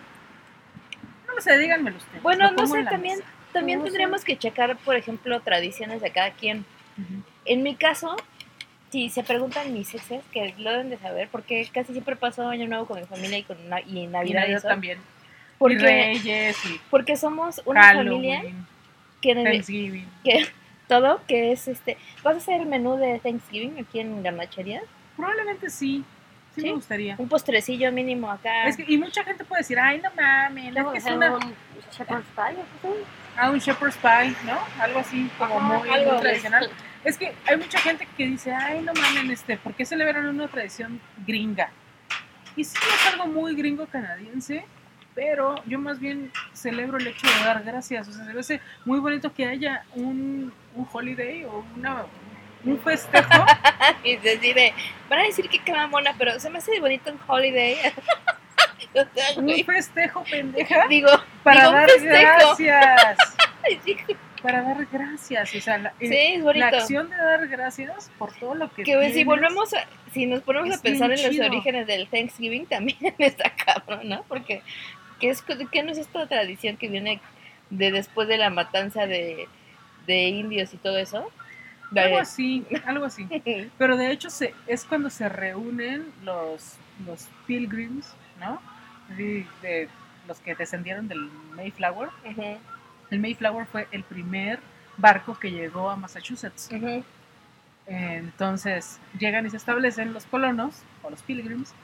[SPEAKER 3] No sé, díganmelo ustedes.
[SPEAKER 4] Bueno,
[SPEAKER 3] Lo
[SPEAKER 4] no
[SPEAKER 3] pongo
[SPEAKER 4] sé,
[SPEAKER 3] en la
[SPEAKER 4] también,
[SPEAKER 3] mesa.
[SPEAKER 4] también
[SPEAKER 3] No sé.
[SPEAKER 4] tendríamos que checar, por ejemplo, tradiciones de cada quien.
[SPEAKER 3] Ujú.
[SPEAKER 4] En mi caso, si se preguntan mis exes, que lo deben de saber, porque casi siempre paso año nuevo con mi familia y, con na- y
[SPEAKER 3] Y
[SPEAKER 4] Navidad y
[SPEAKER 3] Navidad
[SPEAKER 4] eso,
[SPEAKER 3] también. Y
[SPEAKER 4] porque,
[SPEAKER 3] Reyes y
[SPEAKER 4] porque somos una familia
[SPEAKER 3] Halloween,
[SPEAKER 4] que, de-
[SPEAKER 3] Thanksgiving.
[SPEAKER 4] que todo, que es este, ¿vas a hacer el menú de Thanksgiving aquí en Garnachería?
[SPEAKER 3] Probablemente sí.
[SPEAKER 4] ¿Sí? Ah.
[SPEAKER 3] Sí, me gustaría.
[SPEAKER 4] Un postrecillo mínimo acá.
[SPEAKER 3] Es que, y mucha gente puede decir, ay, no mames, es
[SPEAKER 5] Luego
[SPEAKER 3] que es
[SPEAKER 5] hacer
[SPEAKER 3] una,
[SPEAKER 5] un shepherd's pie, ¿o qué?
[SPEAKER 3] ah, un shepherd's pie, ¿no? Algo así, como
[SPEAKER 4] Ajá,
[SPEAKER 3] muy,
[SPEAKER 4] algo
[SPEAKER 3] muy tradicional. Es que hay mucha gente que dice, ay, no mames, este, ¿por qué celebran una tradición gringa? Y sí, es algo muy gringo canadiense, pero yo más bien celebro el hecho de dar gracias. O sea, se me hace muy bonito que haya un, un holiday o una, un
[SPEAKER 4] [laughs]
[SPEAKER 3] festejo
[SPEAKER 4] [laughs] y se decide, van a decir que qué mamona, pero se me hace bonito un holiday. [laughs] O sea,
[SPEAKER 3] un
[SPEAKER 4] güey,
[SPEAKER 3] festejo, pendeja,
[SPEAKER 4] Digo,
[SPEAKER 3] para
[SPEAKER 4] digo, un
[SPEAKER 3] dar
[SPEAKER 4] festejo.
[SPEAKER 3] gracias.
[SPEAKER 4] [laughs] sí,
[SPEAKER 3] Para dar gracias. O sea, la,
[SPEAKER 4] Sí,
[SPEAKER 3] eh,
[SPEAKER 4] es
[SPEAKER 3] la
[SPEAKER 4] bonito.
[SPEAKER 3] acción de dar gracias por todo lo que.
[SPEAKER 4] Que güey, si
[SPEAKER 3] tienes.
[SPEAKER 4] volvemos a, si nos ponemos
[SPEAKER 3] es
[SPEAKER 4] a pensar
[SPEAKER 3] bien
[SPEAKER 4] en los
[SPEAKER 3] chido.
[SPEAKER 4] orígenes del Thanksgiving, [laughs] también está cabrón, ¿no? Porque, ¿qué, es, qué no es esta tradición que viene de después de la matanza de, de indios y todo eso?
[SPEAKER 3] Algo
[SPEAKER 4] De-
[SPEAKER 3] así, algo
[SPEAKER 4] [laughs]
[SPEAKER 3] así. Pero de hecho se, es cuando se reúnen los, los pilgrims, ¿no? Así de los que descendieron del Mayflower.
[SPEAKER 4] Ujú,
[SPEAKER 3] El Mayflower fue el primer barco que llegó a Massachusetts.
[SPEAKER 4] ujú.
[SPEAKER 3] Entonces llegan y se establecen los colonos o los pilgrims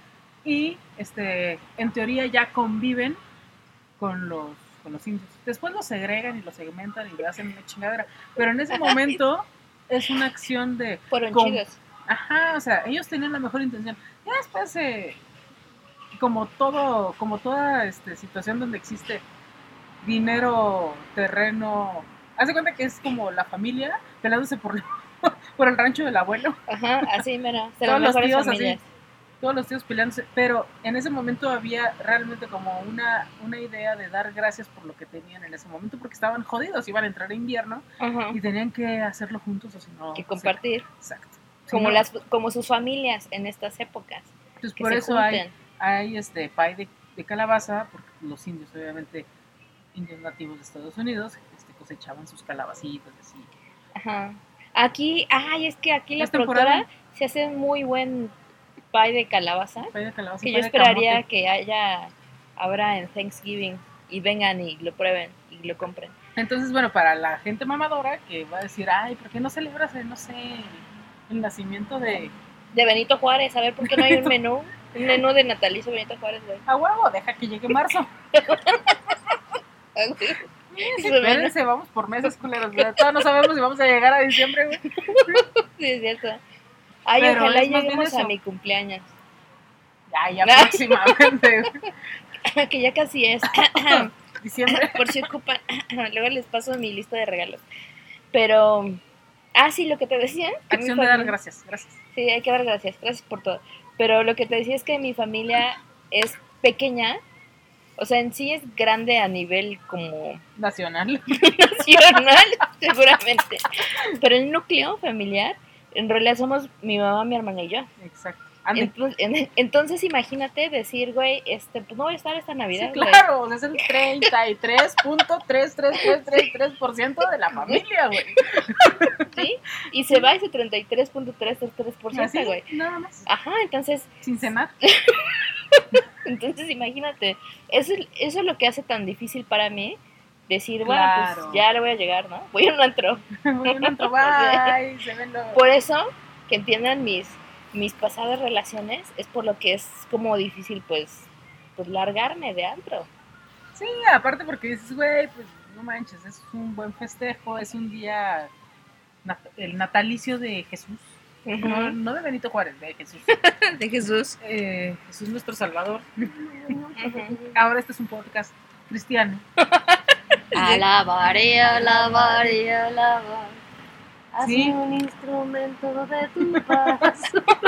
[SPEAKER 3] y este, en teoría ya conviven con los, con los indios. Después los segregan y los segmentan y le hacen una chingadera. Pero en ese momento es una acción de
[SPEAKER 4] Fueron
[SPEAKER 3] Con-
[SPEAKER 4] chidos.
[SPEAKER 3] Ajá, o sea, ellos tenían la mejor intención. Ya después, eh, como todo, como toda este, situación donde existe dinero, terreno, haz de cuenta que es como la familia pelándose por, [laughs] por el rancho del abuelo,
[SPEAKER 4] Ajá, así,
[SPEAKER 3] [laughs]
[SPEAKER 4] mira. De las
[SPEAKER 3] Todos los
[SPEAKER 4] mejores
[SPEAKER 3] tíos así.
[SPEAKER 4] familias.
[SPEAKER 3] todos los tíos peleándose, pero en ese momento había realmente como una, una idea de dar gracias por lo que tenían en ese momento, porque estaban jodidos, iban a entrar a invierno
[SPEAKER 4] Ajá.
[SPEAKER 3] y tenían que hacerlo juntos o si no.
[SPEAKER 4] Que
[SPEAKER 3] se-
[SPEAKER 4] compartir.
[SPEAKER 3] Exacto. Si
[SPEAKER 4] Como,
[SPEAKER 3] no,
[SPEAKER 4] las, como sus familias en estas épocas.
[SPEAKER 3] entonces
[SPEAKER 4] Que
[SPEAKER 3] por
[SPEAKER 4] se
[SPEAKER 3] eso hay
[SPEAKER 4] junten.
[SPEAKER 3] hay este pay de, de calabaza, porque los indios, obviamente, indios nativos de Estados Unidos, este, cosechaban sus calabacitas así.
[SPEAKER 4] Ajá. Aquí, ay, es que aquí la
[SPEAKER 3] Es temporada.
[SPEAKER 4] productora se hace muy buen pie de calabaza.
[SPEAKER 3] Pay de calabaza.
[SPEAKER 4] Que
[SPEAKER 3] pay
[SPEAKER 4] yo
[SPEAKER 3] de
[SPEAKER 4] esperaría
[SPEAKER 3] camote.
[SPEAKER 4] que haya, habrá en Thanksgiving y vengan y lo prueben y lo compren.
[SPEAKER 3] Entonces, bueno, para la gente mamadora que va a decir, ay, ¿por qué no celebras, eh, no sé, el nacimiento de...
[SPEAKER 4] De Benito Juárez, a ver por qué no hay un
[SPEAKER 3] [laughs]
[SPEAKER 4] menú, un menú de natalicio Benito Juárez, güey. [laughs]
[SPEAKER 3] A huevo, deja que llegue marzo.
[SPEAKER 4] Sí,
[SPEAKER 3] Espérense, vamos por meses, culeros. ya Todavía no sabemos si vamos a llegar a diciembre, güey.
[SPEAKER 4] es cierto. Ay,
[SPEAKER 3] Pero
[SPEAKER 4] ojalá
[SPEAKER 3] es más bien
[SPEAKER 4] lleguemos a
[SPEAKER 3] eso.
[SPEAKER 4] mi cumpleaños.
[SPEAKER 3] Ya,
[SPEAKER 4] [laughs]
[SPEAKER 3] ya próximamente, güey,
[SPEAKER 4] que ya casi es. [laughs]
[SPEAKER 3] diciembre.
[SPEAKER 4] por si ocupan, [laughs] luego les paso mi lista de regalos. Pero, ah, sí, lo que te decía. que mi
[SPEAKER 3] Acción de dar
[SPEAKER 4] familia-
[SPEAKER 3] gracias, gracias.
[SPEAKER 4] Sí, hay que dar gracias, gracias por todo. Pero lo que te decía es que mi familia es pequeña, o sea, en sí es grande a nivel como [laughs]
[SPEAKER 3] Nacional.
[SPEAKER 4] nacional, [laughs] seguramente. Pero el núcleo familiar, en realidad somos mi mamá, mi hermana y yo.
[SPEAKER 3] Exacto. Ande.
[SPEAKER 4] Entonces, en- entonces imagínate decir, güey, este, pues no voy a estar esta
[SPEAKER 3] Sí,
[SPEAKER 4] Navidad, güey.
[SPEAKER 3] claro, o sea, es el 33.33333% de la
[SPEAKER 4] [laughs]
[SPEAKER 3] familia, güey.
[SPEAKER 4] ¿sí? Y se va ese 33.333%,
[SPEAKER 3] Así,
[SPEAKER 4] güey.
[SPEAKER 3] nada más.
[SPEAKER 4] Ajá, entonces, [laughs]
[SPEAKER 3] Sin cenar.
[SPEAKER 4] entonces imagínate, eso, es- eso es lo que hace tan difícil para mí decir, bueno,
[SPEAKER 3] Claro.
[SPEAKER 4] pues ya le voy a llegar, ¿no? [laughs] Voy a un antro.
[SPEAKER 3] Voy a un antro, bye, se ven los-
[SPEAKER 4] Por eso, que entiendan mis, mis pasadas relaciones, es por lo que es como difícil, pues, pues largarme de antro.
[SPEAKER 3] Sí, aparte porque dices, güey, pues no manches, es un buen festejo, es un día nat- el natalicio de Jesús. No, no de Benito Juárez, de Jesús.
[SPEAKER 4] De Jesús.
[SPEAKER 3] Eh, Jesús nuestro Salvador. Ahora este es un podcast cristiano.
[SPEAKER 5] Alabaré, alabaré, alabaré. Hazme
[SPEAKER 3] Sí.
[SPEAKER 5] un instrumento de tu paz.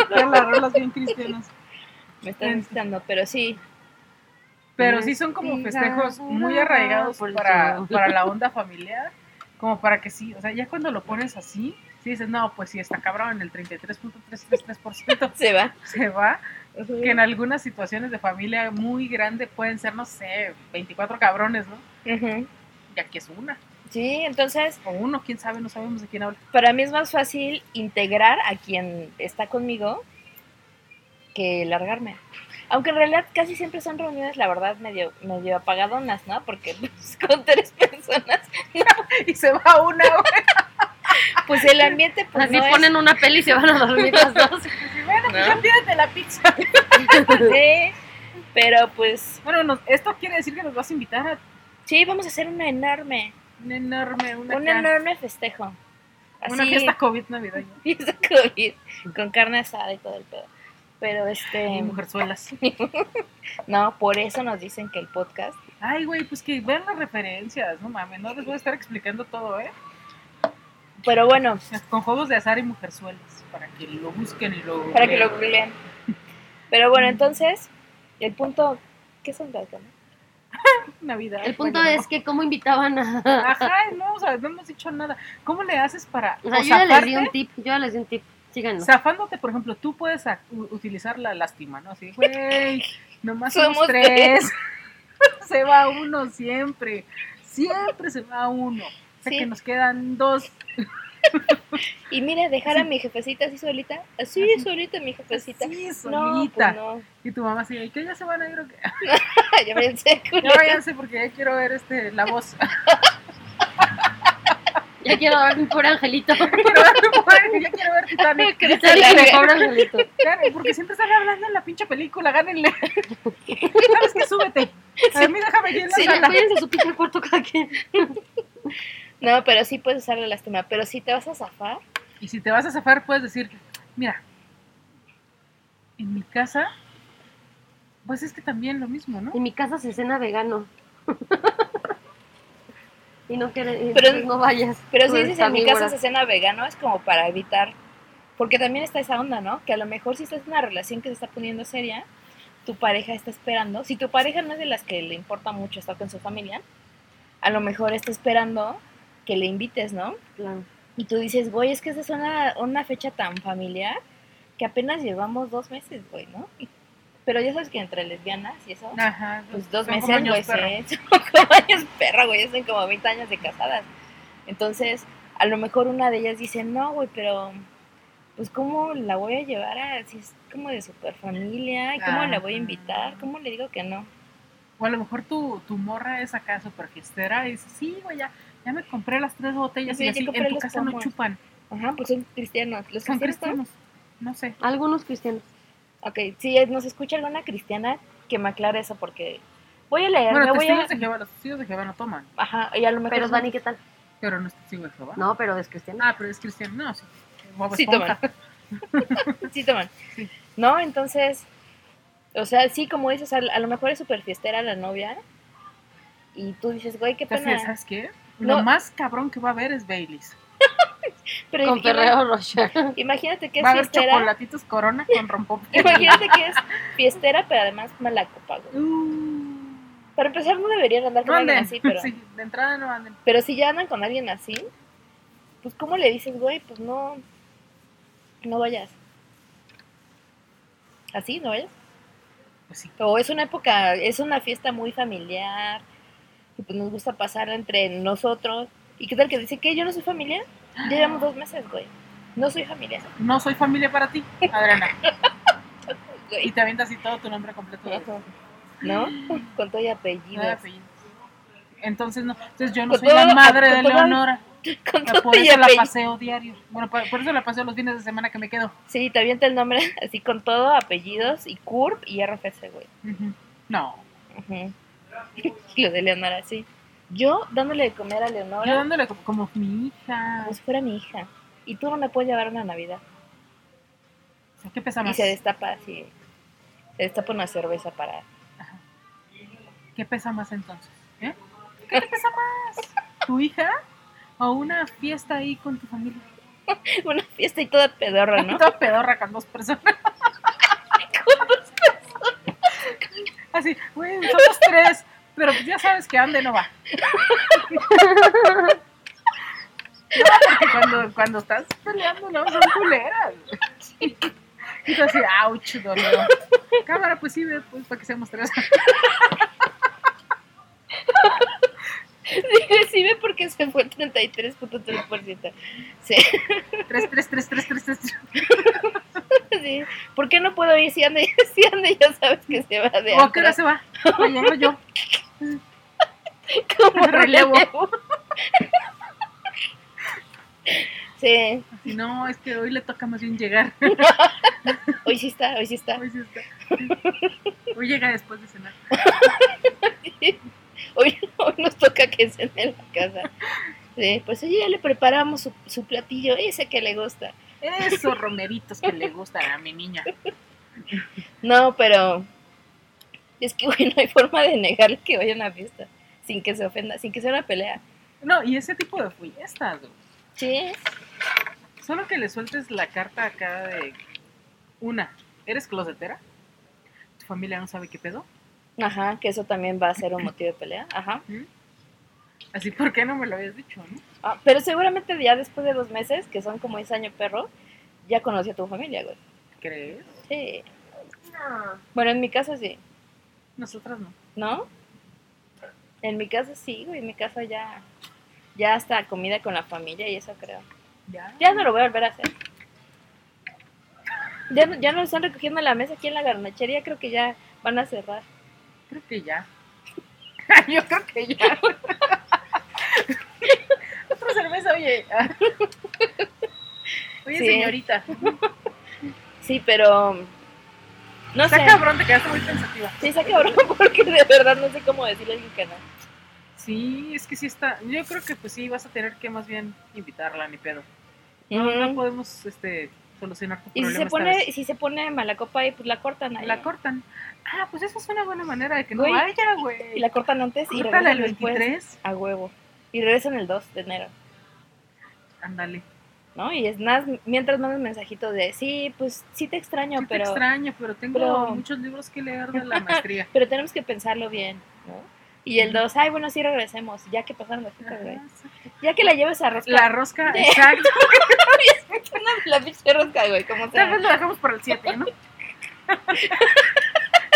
[SPEAKER 3] Que las rolas bien cristianas.
[SPEAKER 4] Me estás gustando, pero sí,
[SPEAKER 3] Pero sí son como festejos muy arraigados
[SPEAKER 5] Por
[SPEAKER 3] para,
[SPEAKER 5] eso.
[SPEAKER 3] para la onda familiar, como para que sí, o sea, ya cuando lo pones así, si dices, no, pues sí, está cabrón, el 33.333%
[SPEAKER 4] se va.
[SPEAKER 3] [laughs] se va, que en algunas situaciones de familia muy grande pueden ser, no sé, 24 cabrones, ¿no?
[SPEAKER 4] Ujú.
[SPEAKER 3] Y aquí es una,
[SPEAKER 4] Sí, entonces
[SPEAKER 3] o uno, quién sabe, no sabemos de quién habla. [laughs]
[SPEAKER 4] para mí es más fácil integrar a quien está conmigo que largarme. Aunque en realidad casi siempre son reuniones, la verdad, medio, medio apagadonas, ¿no? Porque [laughs] pues, con tres personas,
[SPEAKER 3] Y se va una, güey.
[SPEAKER 4] pues el ambiente pues,
[SPEAKER 5] [laughs] Así
[SPEAKER 4] no es-
[SPEAKER 5] ponen una peli y se van a dormir las dos.
[SPEAKER 3] Y bueno, pues ya pídete la pizza. [laughs]
[SPEAKER 4] Sí, pero pues
[SPEAKER 3] Bueno, nos- esto quiere decir que nos vas a invitar a
[SPEAKER 4] sí, vamos a hacer una enorme,
[SPEAKER 3] un enorme, una,
[SPEAKER 4] un
[SPEAKER 3] ca-
[SPEAKER 4] enorme festejo. Así,
[SPEAKER 3] una fiesta COVID navideña.
[SPEAKER 4] [laughs] fiesta COVID, con carne asada y todo el pedo. Pero este,
[SPEAKER 3] Mujerzuelas.
[SPEAKER 4] no, por eso nos dicen que el podcast
[SPEAKER 3] Ay, güey, pues que vean las referencias, no mames, no les voy a estar explicando todo, ¿eh?
[SPEAKER 4] Pero bueno,
[SPEAKER 3] Con juegos de azar y mujerzuelas, para que lo busquen y lo...
[SPEAKER 4] para que lo googleen. Pero bueno, entonces, el punto. ¿Qué son las ganas?
[SPEAKER 3] Navidad.
[SPEAKER 5] [laughs] El punto
[SPEAKER 3] bueno,
[SPEAKER 5] es que cómo invitaban [laughs]
[SPEAKER 3] no.
[SPEAKER 5] a...
[SPEAKER 3] Ajá, no, o sea, no hemos dicho nada. ¿Cómo le haces para...
[SPEAKER 5] O
[SPEAKER 3] o
[SPEAKER 5] sea, yo ya les di
[SPEAKER 3] zafarte?
[SPEAKER 5] un tip, yo ya les di un tip. Síganos.
[SPEAKER 3] Zafándote, por ejemplo, tú puedes a- u- utilizar la lástima, ¿no? Así, güey, nomás somos,
[SPEAKER 4] Somos
[SPEAKER 3] tres. [laughs] se va uno siempre. Siempre se va uno. O sea,
[SPEAKER 4] Sí.
[SPEAKER 3] que nos quedan dos.
[SPEAKER 4] Y mira, dejar a mi jefecita así solita. Así
[SPEAKER 3] Así.
[SPEAKER 4] solita mi jefecita.
[SPEAKER 3] Sí,
[SPEAKER 4] No,
[SPEAKER 3] solita.
[SPEAKER 4] pues no. [laughs]
[SPEAKER 3] Y tu mamá así, ¿qué ya se van a ir o qué?
[SPEAKER 4] Ya
[SPEAKER 3] [laughs]
[SPEAKER 4] váyanse,
[SPEAKER 3] Ya
[SPEAKER 4] culeros.
[SPEAKER 3] [laughs] váyanse porque ya quiero ver este, la voz.
[SPEAKER 5] Ya quiero ver mi pobre [laughs] angelito.
[SPEAKER 3] Yo quiero ver Titanic.
[SPEAKER 5] [laughs] Titanic, mi pobre [laughs] angelito.
[SPEAKER 3] Claro, porque siempre sale hablando en la pinche película, gánenle. ¿Sabes qué? Súbete. A mí déjame aquí en la
[SPEAKER 5] Sí,
[SPEAKER 3] sala.
[SPEAKER 5] cuídense su pinche cuarto cada quien.
[SPEAKER 4] No, pero sí puedes usar la lástima. Pero si te vas a zafar,
[SPEAKER 3] Y si te vas a zafar, puedes decir, mira, en mi casa, pues es que también lo mismo, ¿no?
[SPEAKER 5] En mi casa se cena vegano. [laughs] y no quiere,
[SPEAKER 4] Pero-
[SPEAKER 5] pero, no vayas.
[SPEAKER 4] pero
[SPEAKER 5] Tú
[SPEAKER 4] si
[SPEAKER 5] eres
[SPEAKER 4] dices en mi casa
[SPEAKER 5] carnívora.
[SPEAKER 4] se cena vegano, es como para evitar. Porque también está esa onda, ¿no? Que a lo mejor si estás en una relación que se está poniendo seria, tu pareja está esperando. Si tu pareja no es de las que le importa mucho estar con su familia, a lo mejor está esperando que le invites, ¿no?
[SPEAKER 5] Claro.
[SPEAKER 4] Y tú dices, güey, es que esta es una, una fecha tan familiar que apenas llevamos dos meses, güey, ¿no? Pero ya sabes que entre lesbianas y eso,
[SPEAKER 3] Ajá.
[SPEAKER 4] pues dos
[SPEAKER 3] son como
[SPEAKER 4] meses,
[SPEAKER 3] años,
[SPEAKER 4] güey,
[SPEAKER 3] perro.
[SPEAKER 4] sí, [laughs] son como años perro, güey, ya son como 20 años de casadas. Entonces, a lo mejor una de ellas dice, no, güey, pero pues cómo la voy a llevar a, si es como de super familia, cómo la voy a invitar, cómo le digo que no.
[SPEAKER 3] O a lo mejor tu, tu morra es acá súper fiestera y dice, sí, güey, ya, ya me compré las tres botellas
[SPEAKER 4] Sí,
[SPEAKER 3] y
[SPEAKER 4] ya
[SPEAKER 3] así,
[SPEAKER 4] compré
[SPEAKER 3] en tu
[SPEAKER 4] los
[SPEAKER 3] casa no
[SPEAKER 4] pomos.
[SPEAKER 3] chupan.
[SPEAKER 4] Ajá, pues son cristianos. Los
[SPEAKER 3] Son
[SPEAKER 4] cristianos son
[SPEAKER 3] cristianos. No sé.
[SPEAKER 5] Algunos cristianos.
[SPEAKER 4] Ok, si nos escucha alguna cristiana, que me aclare eso porque voy a leer,
[SPEAKER 3] Bueno,
[SPEAKER 4] me voy
[SPEAKER 3] testigos
[SPEAKER 4] a...
[SPEAKER 3] de Jehová, los testigos de Jehová no toman,
[SPEAKER 4] Ajá, y a lo mejor...
[SPEAKER 5] Pero
[SPEAKER 4] es-
[SPEAKER 5] Dani, ¿qué tal?
[SPEAKER 3] pero no es testigo de Jehová.
[SPEAKER 5] No, pero es cristiano.
[SPEAKER 3] Ah, pero es cristiano. No, sí. Bob
[SPEAKER 4] Sí
[SPEAKER 3] Esponja.
[SPEAKER 4] Sí, toman. ¿No? Entonces, o sea, sí, como dices, a, a lo mejor es súper fiestera la novia y tú dices, güey, qué
[SPEAKER 3] Entonces,
[SPEAKER 4] pena.
[SPEAKER 3] ¿sabes qué? Lo
[SPEAKER 4] No.
[SPEAKER 3] más cabrón que va a haber es Baileys.
[SPEAKER 4] Pero
[SPEAKER 5] Con
[SPEAKER 4] ima-
[SPEAKER 5] Ferrero Rocher.
[SPEAKER 4] Imagínate que [laughs] es
[SPEAKER 3] Va a haber
[SPEAKER 4] fiestera.
[SPEAKER 3] chocolatitos corona con
[SPEAKER 4] [laughs]
[SPEAKER 3] rompope.
[SPEAKER 4] Imagínate que es fiestera, pero además mala copa, güey. Para empezar, no deberían andar
[SPEAKER 3] No
[SPEAKER 4] con alguien
[SPEAKER 3] anden.
[SPEAKER 4] así, Uh. pero,
[SPEAKER 3] [laughs] Sí, de entrada no anden.
[SPEAKER 4] pero si ya andan con alguien así, pues, ¿cómo le dices, güey? Pues no, no vayas. ¿Así? ¿No vayas?
[SPEAKER 3] Pues sí.
[SPEAKER 4] O es una época, es una fiesta muy familiar, y pues nos gusta pasar entre nosotros. ¿Y qué tal que dice que yo no soy familia? Ya llevamos dos meses, güey. No soy familia.
[SPEAKER 3] No soy familia para ti,
[SPEAKER 4] [laughs]
[SPEAKER 3] Adriana.
[SPEAKER 4] Güey.
[SPEAKER 3] y te avientas así todo tu nombre completo. de-
[SPEAKER 4] ¿No? Con todo y
[SPEAKER 3] de
[SPEAKER 4] apellidos.
[SPEAKER 3] apellido. Entonces, no. Entonces, yo no
[SPEAKER 4] Con
[SPEAKER 3] soy la
[SPEAKER 4] todo-
[SPEAKER 3] madre
[SPEAKER 4] con
[SPEAKER 3] de
[SPEAKER 4] todo-
[SPEAKER 3] Leonora.
[SPEAKER 4] Con todo
[SPEAKER 3] Por
[SPEAKER 4] y
[SPEAKER 3] eso la
[SPEAKER 4] apellidos.
[SPEAKER 3] paseo diario. Bueno, por por eso la paseo los fines de semana que me quedo.
[SPEAKER 4] Sí, te avienta el nombre [laughs] así con todo, apellidos y CURP y RFC, güey.
[SPEAKER 3] Ujú. No.
[SPEAKER 4] Ujú. [laughs] Lo de Leonora, sí. Yo dándole de comer a
[SPEAKER 3] Yo
[SPEAKER 4] Leonora
[SPEAKER 3] dándole como, como mi hija.
[SPEAKER 4] como si fuera mi hija. Y tú no me puedes llevar a una Navidad.
[SPEAKER 3] O sea, ¿Qué pesa
[SPEAKER 4] Y
[SPEAKER 3] más?
[SPEAKER 4] se destapa así. Se destapa una cerveza para
[SPEAKER 3] ¿Qué pesa más entonces? ¿Eh? ¿Qué te pesa más? ¿Tu hija? ¿O una fiesta ahí con tu familia?
[SPEAKER 4] [laughs] una fiesta y toda pedorra, [laughs] ¿no?
[SPEAKER 3] Toda pedorra con dos personas. con dos personas. Así, güey, somos tres, pero pues ya sabes que Ande no va. No, porque cuando, cuando estás peleando, no, son culeras. Y tú así, ouch, dolió. Cámara, pues sí, ve, pues para que seamos tres.
[SPEAKER 4] Recibe porque se fue el 33.3%. Sí,
[SPEAKER 3] Tres, tres, tres, tres, tres, tres. tres.
[SPEAKER 4] sí. ¿Por qué no puedo ir si ande, [laughs] si ande ya sabes que se va de
[SPEAKER 3] ¿O a qué hora
[SPEAKER 4] atrás?
[SPEAKER 3] se va? Me llego yo.
[SPEAKER 4] Como
[SPEAKER 3] relevo?
[SPEAKER 4] relevo. Sí,
[SPEAKER 3] Y No, es que hoy le toca más bien llegar.
[SPEAKER 4] hoy sí está, hoy sí está.
[SPEAKER 3] Hoy, sí está. Hoy llega después de cenar.
[SPEAKER 4] Hoy, [laughs] hoy nos toca que cene en la casa. Sí, pues oye, ya le preparamos su, su platillo, ese que le gusta.
[SPEAKER 3] Esos romeritos que le gustan a mi niña.
[SPEAKER 4] No, pero es que [laughs] güey, no hay forma de negarle que vaya a una fiesta sin que se ofenda, sin que sea una pelea.
[SPEAKER 3] No, y ese tipo de fiestas, güey.
[SPEAKER 4] Sí,
[SPEAKER 3] Solo que le sueltes la carta acá de una. ¿Eres closetera? ¿Tu familia no sabe qué pedo?
[SPEAKER 4] Ajá, que eso también va a ser un motivo de pelea. Ajá.
[SPEAKER 3] Así, ¿por qué no me lo habías dicho, no?
[SPEAKER 4] Ah, pero seguramente ya después de dos meses, que son como ese año perro, ya conocí a tu familia, güey.
[SPEAKER 3] ¿Crees?
[SPEAKER 4] Sí. Bueno, en mi caso sí,
[SPEAKER 3] Nosotras no.
[SPEAKER 4] ¿no? En mi caso sí, güey. En mi caso ya. Ya hasta comida con la familia y eso creo.
[SPEAKER 3] ¿Ya?
[SPEAKER 4] Ya no lo voy a volver a hacer. Ya no, ya no están recogiendo la mesa aquí en la garnachería, creo que ya van a cerrar.
[SPEAKER 3] Creo que ya. [laughs] Yo creo que ya. [laughs] Otra cerveza, oye. [laughs] ahorita.
[SPEAKER 4] Sí, pero. No
[SPEAKER 3] Está
[SPEAKER 4] sé.
[SPEAKER 3] cabrón, te quedaste muy pensativa.
[SPEAKER 4] Sí, está cabrón, [laughs] porque de verdad no sé cómo decirle a alguien que no.
[SPEAKER 3] Sí, es que sí está. Yo creo que pues sí, vas a tener que más bien invitarla, ni pedo. No
[SPEAKER 4] Ujú.
[SPEAKER 3] podemos este, solucionar tu
[SPEAKER 4] Y si
[SPEAKER 3] problema
[SPEAKER 4] se
[SPEAKER 3] esta
[SPEAKER 4] pone,
[SPEAKER 3] vez.
[SPEAKER 4] si se pone mala copa ahí, pues la cortan ahí.
[SPEAKER 3] La cortan. Ah, pues esa es una buena manera de que no
[SPEAKER 4] Güey.
[SPEAKER 3] vaya,
[SPEAKER 4] y
[SPEAKER 3] güey.
[SPEAKER 4] la cortan antes y
[SPEAKER 3] Córtala
[SPEAKER 4] regresan
[SPEAKER 3] el
[SPEAKER 4] después
[SPEAKER 3] 23.
[SPEAKER 4] a huevo. Y regresan el 2 de enero,
[SPEAKER 3] Ándale.
[SPEAKER 4] ¿no? Y es más, mientras mandan mensajitos de, sí, pues sí te extraño,
[SPEAKER 3] Sí te
[SPEAKER 4] pero,
[SPEAKER 3] extraño, pero tengo
[SPEAKER 4] pero-
[SPEAKER 3] muchos libros que leer de la
[SPEAKER 4] [laughs]
[SPEAKER 3] maestría.
[SPEAKER 4] pero tenemos que pensarlo bien, ¿no? Y el 2, ay, bueno, sí regresemos, ya que pasaron las
[SPEAKER 3] Ajá,
[SPEAKER 4] citas, güey.
[SPEAKER 3] sí.
[SPEAKER 4] Ya que la lleves a rosca. [laughs]
[SPEAKER 3] La rosca,
[SPEAKER 4] Sí.
[SPEAKER 3] exacto.
[SPEAKER 4] la pinche rosca, güey, como
[SPEAKER 3] Tal
[SPEAKER 4] sea.
[SPEAKER 3] vez lo dejamos para el
[SPEAKER 4] [laughs]
[SPEAKER 3] 7, ¿no?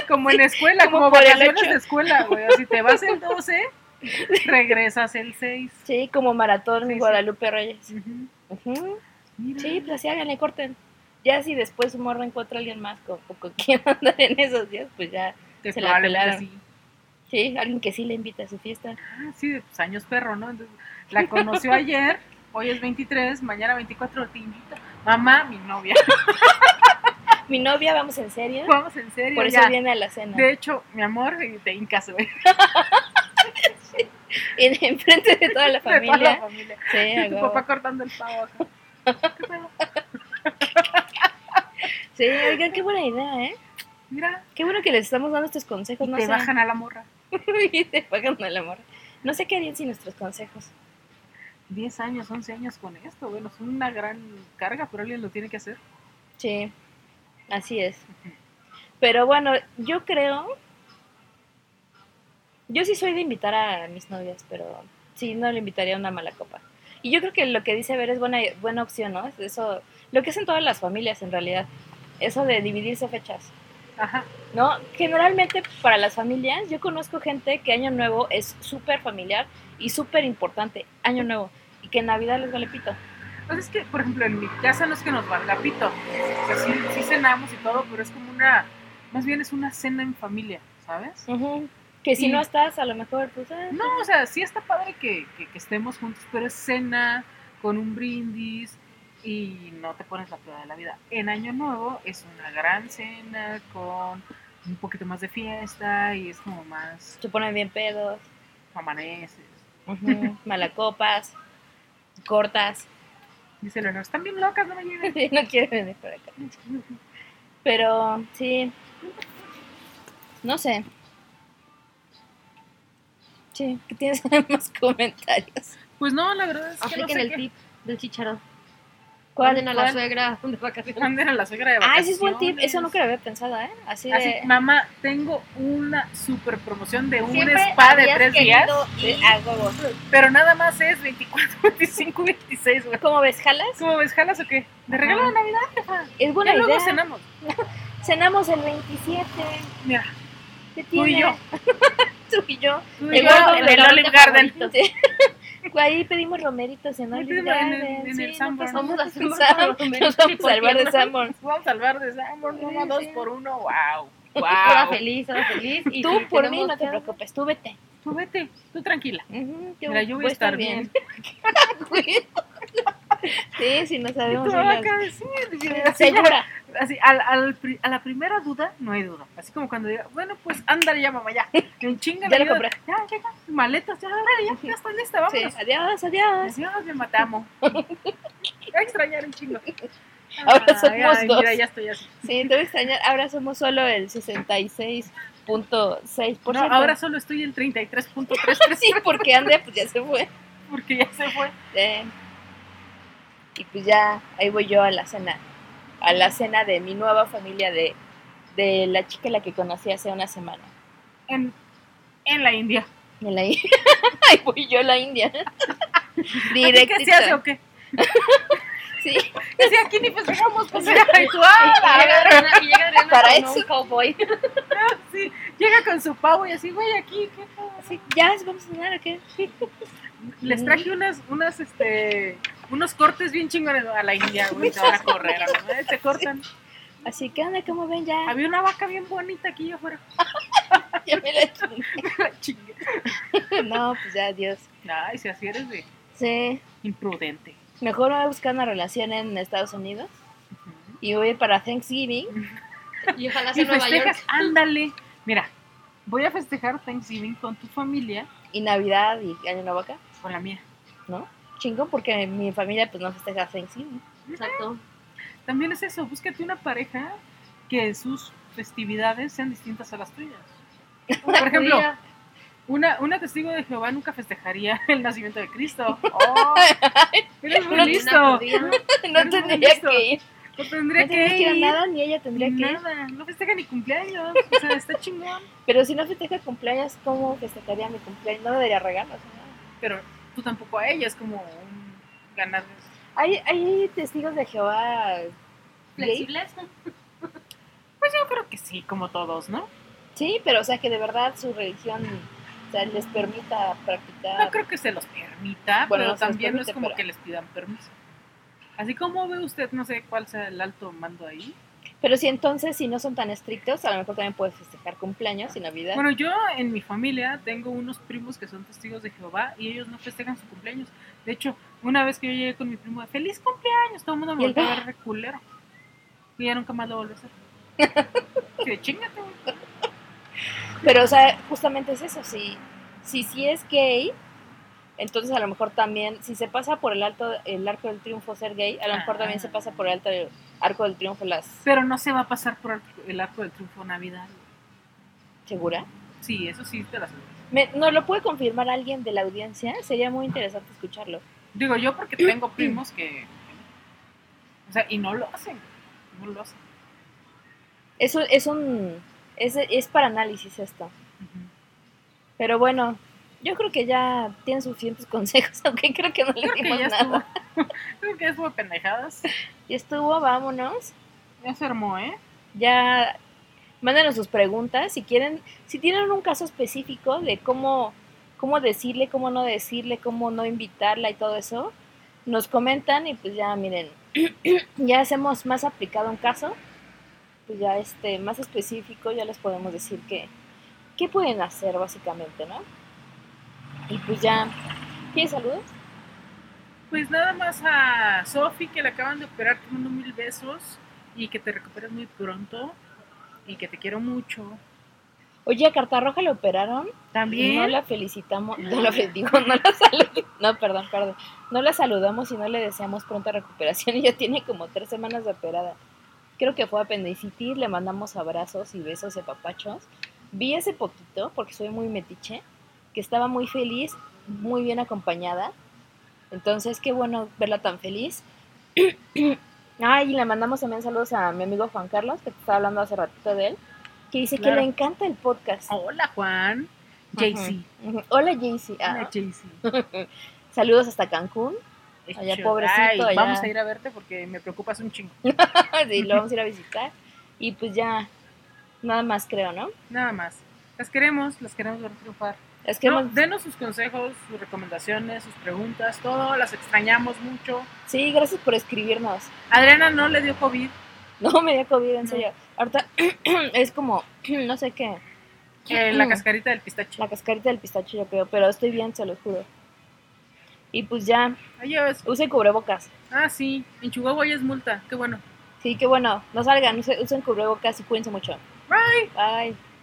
[SPEAKER 3] Como en la escuela,
[SPEAKER 4] como
[SPEAKER 3] como
[SPEAKER 4] por el
[SPEAKER 3] vacaciones
[SPEAKER 4] ocho.
[SPEAKER 3] de escuela, güey. Si te vas el
[SPEAKER 4] [laughs]
[SPEAKER 3] 12, regresas el 6.
[SPEAKER 4] Sí, como maratón
[SPEAKER 3] Sí, sí.
[SPEAKER 4] Guadalupe Reyes.
[SPEAKER 3] Ujú.
[SPEAKER 4] Ujú.
[SPEAKER 3] Mira.
[SPEAKER 4] Sí, pues así háganle, corten. Ya si después su morro encuentra a alguien más con, con- con quien [laughs] andar en esos días, pues ya.
[SPEAKER 3] que
[SPEAKER 4] se la
[SPEAKER 3] probablemente
[SPEAKER 4] pelaron.
[SPEAKER 3] sí.
[SPEAKER 4] Sí, alguien que sí le invita a su fiesta.
[SPEAKER 3] Ah, sí, de pues, años perro, ¿no? Entonces, la conoció ayer, hoy es 23, mañana 24, te invito. Mamá, mi novia. [laughs]
[SPEAKER 4] Mi novia, vamos en serio.
[SPEAKER 3] Vamos, en serio,
[SPEAKER 4] Por eso
[SPEAKER 3] ya.
[SPEAKER 4] viene a la cena.
[SPEAKER 3] De hecho, mi amor, y te incas, güey.
[SPEAKER 4] En, enfrente de toda la
[SPEAKER 3] [laughs] De toda la
[SPEAKER 4] familia.
[SPEAKER 3] familia.
[SPEAKER 4] Sí, a
[SPEAKER 3] Y tu
[SPEAKER 4] huevo.
[SPEAKER 3] papá cortando el pavo acá. ¿Qué pedo?
[SPEAKER 4] Sí, oigan, qué buena idea, ¿eh?
[SPEAKER 3] Mira,
[SPEAKER 4] Qué bueno que les estamos dando estos consejos. Pues
[SPEAKER 3] y
[SPEAKER 4] no
[SPEAKER 3] te
[SPEAKER 4] sé.
[SPEAKER 3] bajan a la morra.
[SPEAKER 4] [laughs] Y te bajan el amor. No sé qué harían sin nuestros consejos.
[SPEAKER 3] 10 años, 11 años con esto, bueno, es una gran carga, pero alguien lo tiene que hacer.
[SPEAKER 4] Sí, así es. Pero bueno, yo creo. Yo sí soy de invitar a mis novias, pero sí no le invitaría a una mala copa. Y yo creo que lo que dice Ver es buena, buena opción, ¿no? Es Eso, lo que hacen todas las familias en realidad, eso de dividirse fechas,
[SPEAKER 3] Ajá,
[SPEAKER 4] ¿no? Generalmente para las familias, yo conozco gente que Año Nuevo es súper familiar y súper importante, Año Nuevo, y que en Navidad les vale pito.
[SPEAKER 3] entonces Pues que, por ejemplo, en mi casa no es que nos valga pito, o sea, sí, sí cenamos y todo, pero es como una, más bien es una cena en familia, ¿sabes?
[SPEAKER 4] Que si
[SPEAKER 3] Y-
[SPEAKER 4] no estás, a lo mejor, pues, ah,
[SPEAKER 3] No, o sea, sí está padre que, que- que estemos juntos, pero es cena con un brindis y no te pones la prueba de la vida. En Año Nuevo es una gran cena con un poquito más de fiesta y es como más
[SPEAKER 4] se ponen bien pedos.
[SPEAKER 3] amaneces.
[SPEAKER 4] Malacopas, cortas, [laughs]
[SPEAKER 3] Dice Leonor, están bien locas, no me lleven.
[SPEAKER 4] no quieren venir por acá. Pero sí, no sé. Sí, que tienes [laughs] más comentarios.
[SPEAKER 3] Pues no, la verdad es que no
[SPEAKER 5] Apliquen
[SPEAKER 3] sé
[SPEAKER 5] el
[SPEAKER 3] qué.
[SPEAKER 5] tip del chicharón.
[SPEAKER 4] ¿Cuál?
[SPEAKER 5] Manden a la
[SPEAKER 3] cuál?
[SPEAKER 5] suegra
[SPEAKER 3] [laughs]
[SPEAKER 5] de vacaciones.
[SPEAKER 3] Manden a la suegra de
[SPEAKER 4] Ah,
[SPEAKER 3] vacaciones.
[SPEAKER 4] ese es buen tip, eso nunca lo había pensado, ¿eh? Así de...
[SPEAKER 3] Así, mamá, tengo una super promoción de un
[SPEAKER 5] Siempre
[SPEAKER 3] spa de
[SPEAKER 5] habías
[SPEAKER 3] tres días,
[SPEAKER 4] querido ir a huevo.
[SPEAKER 3] pero nada más es 24, 25, 26, güey.
[SPEAKER 4] ¿Cómo ves, jalas?
[SPEAKER 3] ¿Cómo ves, jalas o qué? ¿De regalo de Navidad?
[SPEAKER 4] Es
[SPEAKER 3] Ya
[SPEAKER 4] buena
[SPEAKER 3] luego
[SPEAKER 4] idea.
[SPEAKER 3] cenamos.
[SPEAKER 4] Cenamos el 27.
[SPEAKER 3] Mira,
[SPEAKER 4] ¿Qué
[SPEAKER 3] tú y
[SPEAKER 4] tiene? [laughs]
[SPEAKER 3] yo.
[SPEAKER 4] Tú y yo.
[SPEAKER 3] Tú
[SPEAKER 4] El
[SPEAKER 3] y yo
[SPEAKER 4] gordo
[SPEAKER 3] en
[SPEAKER 4] del
[SPEAKER 3] el Olive Garden.
[SPEAKER 4] [laughs] Güey, Ahí pedimos romeritos en
[SPEAKER 3] Ahí
[SPEAKER 4] Olive
[SPEAKER 3] pedimos en el-
[SPEAKER 4] Garden,
[SPEAKER 3] en
[SPEAKER 4] sí,
[SPEAKER 3] el
[SPEAKER 4] no
[SPEAKER 3] Sanborns.
[SPEAKER 4] pasa nada,
[SPEAKER 5] Vamos a hacer
[SPEAKER 4] Sam-
[SPEAKER 5] más romeritos
[SPEAKER 4] Nos vamos a salvar de
[SPEAKER 5] porque no-
[SPEAKER 4] Sanborns.
[SPEAKER 3] Vamos a salvar de Samor, no, no, dos por uno, wow.
[SPEAKER 5] Hora
[SPEAKER 3] Wow.
[SPEAKER 5] feliz, hora feliz. Y
[SPEAKER 4] Tú
[SPEAKER 5] si
[SPEAKER 4] por mí
[SPEAKER 5] tenemos
[SPEAKER 4] no te
[SPEAKER 5] que-
[SPEAKER 4] preocupes, tú vete.
[SPEAKER 3] Tú vete, tú tranquila.
[SPEAKER 4] Ujú,
[SPEAKER 3] Mira, yo voy a estar bien.
[SPEAKER 4] [laughs] sí, si no
[SPEAKER 3] Y
[SPEAKER 4] sabemos.
[SPEAKER 3] tú
[SPEAKER 4] unas-
[SPEAKER 3] acá, sí, sí, así ya-
[SPEAKER 4] Segura.
[SPEAKER 3] Así, al, al pri- a la primera duda, no hay duda. Así como cuando diga, bueno, pues ándale ya, mamá, [laughs] ya. En chinga,
[SPEAKER 4] Ya
[SPEAKER 3] la
[SPEAKER 4] lo
[SPEAKER 3] ayuda. Ya, ya, ya, maletas, ya, órale, ya, ya está lista,
[SPEAKER 4] Sí,
[SPEAKER 3] vámonos.
[SPEAKER 4] adiós, adiós.
[SPEAKER 3] Así nos me matamos. [laughs] Voy a extrañar un chingo.
[SPEAKER 4] Ahora
[SPEAKER 3] Ay,
[SPEAKER 4] somos
[SPEAKER 3] ay,
[SPEAKER 4] dos.
[SPEAKER 3] Mira, ya estoy así.
[SPEAKER 4] Sí, te voy a extrañar. Ahora somos solo el 66.6%.
[SPEAKER 3] No, ahora solo estoy en 33.33
[SPEAKER 4] [laughs] sí, porque Andrea pues ya se fue.
[SPEAKER 3] porque ya se fue.
[SPEAKER 4] Eh, y pues ya, ahí voy yo a la cena. A la cena de mi nueva familia de, de la chica a la que conocí hace una semana.
[SPEAKER 3] En, en la India.
[SPEAKER 4] En la India. [laughs] Ahí voy yo a la
[SPEAKER 3] [laughs]
[SPEAKER 4] India.
[SPEAKER 3] ¿Aquí ¿Qué se hace
[SPEAKER 4] Directito.
[SPEAKER 3] o qué? [laughs]
[SPEAKER 4] Sí,
[SPEAKER 3] Así aquí ni festejamos, pues
[SPEAKER 4] [laughs]
[SPEAKER 3] ya. Y tú, ah,
[SPEAKER 5] Y llega Adriana, y llega Adriana
[SPEAKER 4] Para
[SPEAKER 5] con
[SPEAKER 4] eso.
[SPEAKER 5] un cowboy.
[SPEAKER 3] sí. Llega con su pavo y así, güey, aquí, ¿qué tal?
[SPEAKER 4] sí, ya vamos a cenar o qué.
[SPEAKER 3] Les traje unas, unas, este, unos cortes bien chingones a la India, güey, te van a correr, a la madre, te cortan.
[SPEAKER 4] Así que anda, como ven ya.
[SPEAKER 3] Había una vaca bien bonita aquí afuera.
[SPEAKER 4] Ya me la chingué. [laughs]
[SPEAKER 3] La chingue.
[SPEAKER 4] No, pues ya, adiós.
[SPEAKER 3] Ay, si así eres de
[SPEAKER 4] Sí.
[SPEAKER 3] imprudente.
[SPEAKER 4] Mejor me voy a buscar una relación en Estados Unidos. y voy a ir para Thanksgiving.
[SPEAKER 5] Y ojalá sea
[SPEAKER 3] [laughs] Y
[SPEAKER 5] en Nueva York.
[SPEAKER 3] festejas, ándale. Mira, voy a festejar Thanksgiving con tu familia,
[SPEAKER 4] Y Navidad y Año Nuevo acá,
[SPEAKER 3] con la mía.
[SPEAKER 4] ¿no? Chingón, porque mi familia pues no festeja Thanksgiving. [laughs]
[SPEAKER 5] Exacto.
[SPEAKER 3] También es eso, búscate una pareja que sus festividades sean distintas a las tuyas. Por ejemplo,
[SPEAKER 5] Judía.
[SPEAKER 3] una, una testigo de Jehová nunca festejaría [laughs] el nacimiento de Cristo. ¡Oh! ¡Eres muy
[SPEAKER 5] Una
[SPEAKER 3] listo!
[SPEAKER 5] judía.
[SPEAKER 4] No
[SPEAKER 3] no,
[SPEAKER 4] tendría
[SPEAKER 3] listo.
[SPEAKER 4] que ir.
[SPEAKER 3] No tendría
[SPEAKER 4] no
[SPEAKER 3] que
[SPEAKER 4] tendría que ir a
[SPEAKER 3] ir.
[SPEAKER 4] nada, ni ella tendría que ir.
[SPEAKER 3] Nada, no festeja ni cumpleaños. O sea, está chingón.
[SPEAKER 4] Pero si no festeja cumpleaños, ¿cómo festejaría mi cumpleaños? No me daría regalos. ¿no?
[SPEAKER 3] Pero tú tampoco a ella, es como un ganarles.
[SPEAKER 4] ¿Hay, hay testigos de Jehová gay?
[SPEAKER 5] Flexibles.
[SPEAKER 3] Pues yo creo que sí, como todos, ¿no?
[SPEAKER 4] Sí, pero o sea, que de verdad su religión o sea, les permita practicar.
[SPEAKER 3] No creo que se los permita,
[SPEAKER 4] Bueno,
[SPEAKER 3] pero
[SPEAKER 4] no se los
[SPEAKER 3] también no
[SPEAKER 4] permite,
[SPEAKER 3] es como
[SPEAKER 4] pero-
[SPEAKER 3] que les pidan permiso. Así como ve usted, no sé cuál sea el alto mando ahí.
[SPEAKER 4] Pero si entonces, si no son tan estrictos, a lo mejor también puedes festejar cumpleaños y Navidad.
[SPEAKER 3] Bueno, yo en mi familia tengo unos primos que son testigos de Jehová y ellos no festejan su cumpleaños. De hecho, una vez que yo llegué con mi primo de feliz cumpleaños, todo el mundo me
[SPEAKER 4] Y él,
[SPEAKER 3] volvió a ver reculero. Y ya nunca más lo
[SPEAKER 4] [laughs]
[SPEAKER 3] volví a hacer. Que chingate, güey.
[SPEAKER 4] Pero o sea, justamente es eso. Si, si, si es gay, entonces a lo mejor también, si se pasa por el alto el arco del triunfo ser gay, a lo mejor también se pasa por el alto del arco del triunfo las
[SPEAKER 3] Pero no se va a pasar por el arco del triunfo Navidad.
[SPEAKER 4] segura.
[SPEAKER 3] Sí, eso sí te la aseguro.
[SPEAKER 4] Me- ¿Nos lo puede confirmar alguien de la audiencia? Sería muy interesante escucharlo.
[SPEAKER 3] Digo yo porque tengo primos que. O sea, y no lo hacen. No lo hacen.
[SPEAKER 4] Eso es un es, es para análisis esto.
[SPEAKER 3] Ujú.
[SPEAKER 4] Pero bueno, yo creo que ya tienen suficientes [laughs] consejos, aunque creo que no le
[SPEAKER 3] Creo que
[SPEAKER 4] dimos
[SPEAKER 3] ya
[SPEAKER 4] nada.
[SPEAKER 3] estuvo. [laughs] Creo que ya estuvo pendejadas.
[SPEAKER 4] Y estuvo, vámonos.
[SPEAKER 3] Ya se armó, ¿eh?
[SPEAKER 4] Ya mándanos sus preguntas si quieren, si tienen un caso específico de cómo cómo decirle, cómo no decirle, cómo no invitarla y todo eso, nos comentan y pues ya miren, [clears throat] ya hacemos más aplicado un caso, pues ya este más específico, ya les podemos decir que qué pueden hacer básicamente, ¿no? Y pues ya ¿Quieres saludos?
[SPEAKER 3] Pues nada más a Sofi que le acaban de operar, te mando mil besos y que te recuperes muy pronto y que te quiero mucho.
[SPEAKER 4] Oye, a Cartarroja le operaron y no
[SPEAKER 3] También.
[SPEAKER 4] la felicitamos, [laughs] no la fel- digo, no la salud- no, perdón, perdón, no la saludamos y no le deseamos pronta recuperación [laughs] y ya tiene como tres semanas de operada. Creo que fue apendicitis, le mandamos abrazos y besos de papachos. Vi hace poquito, porque soy muy metiche, que estaba muy feliz, muy bien acompañada. Entonces, qué bueno verla tan feliz. [clears throat] Ah, y le mandamos también saludos a mi amigo Juan Carlos, que te estaba hablando hace ratito de él, que dice
[SPEAKER 3] Claro.
[SPEAKER 4] que le encanta el podcast.
[SPEAKER 3] Hola, Juan. Jaycee.
[SPEAKER 4] Ujú. Hola, Jaycee. Ah,
[SPEAKER 3] Hola, Jaycee.
[SPEAKER 4] Saludos hasta
[SPEAKER 3] [laughs]
[SPEAKER 4] Cancún. [laughs] Allá, pobrecito,
[SPEAKER 3] Ay,
[SPEAKER 4] allá.
[SPEAKER 3] Vamos a ir a verte porque me preocupas un chingo.
[SPEAKER 4] Sí, lo vamos a ir a visitar. Y pues ya, nada más creo, ¿no?
[SPEAKER 3] Nada más. Las queremos, las queremos ver triunfar.
[SPEAKER 4] Es que
[SPEAKER 3] No,
[SPEAKER 4] hemos-
[SPEAKER 3] denos sus consejos, sus recomendaciones, sus preguntas, todo, las extrañamos mucho.
[SPEAKER 4] Sí, gracias por escribirnos. [laughs]
[SPEAKER 3] Adriana no le dio COVID,
[SPEAKER 4] No me dio COVID, en
[SPEAKER 3] No.
[SPEAKER 4] serio. Ahorita [clears throat] es como, [clears throat] no sé qué, [clears throat]
[SPEAKER 3] eh,
[SPEAKER 4] Mm.
[SPEAKER 3] la cascarita del pistacho.
[SPEAKER 4] la cascarita del pistacho, yo creo, pero estoy bien, se los juro. Y pues ya,
[SPEAKER 3] Oye, es-
[SPEAKER 4] usen cubrebocas.
[SPEAKER 3] ah, sí, en Chihuahua ya es multa, qué bueno.
[SPEAKER 4] Sí, que bueno, no salgan, use- usen cubrebocas y cuídense mucho. Bye. Bye.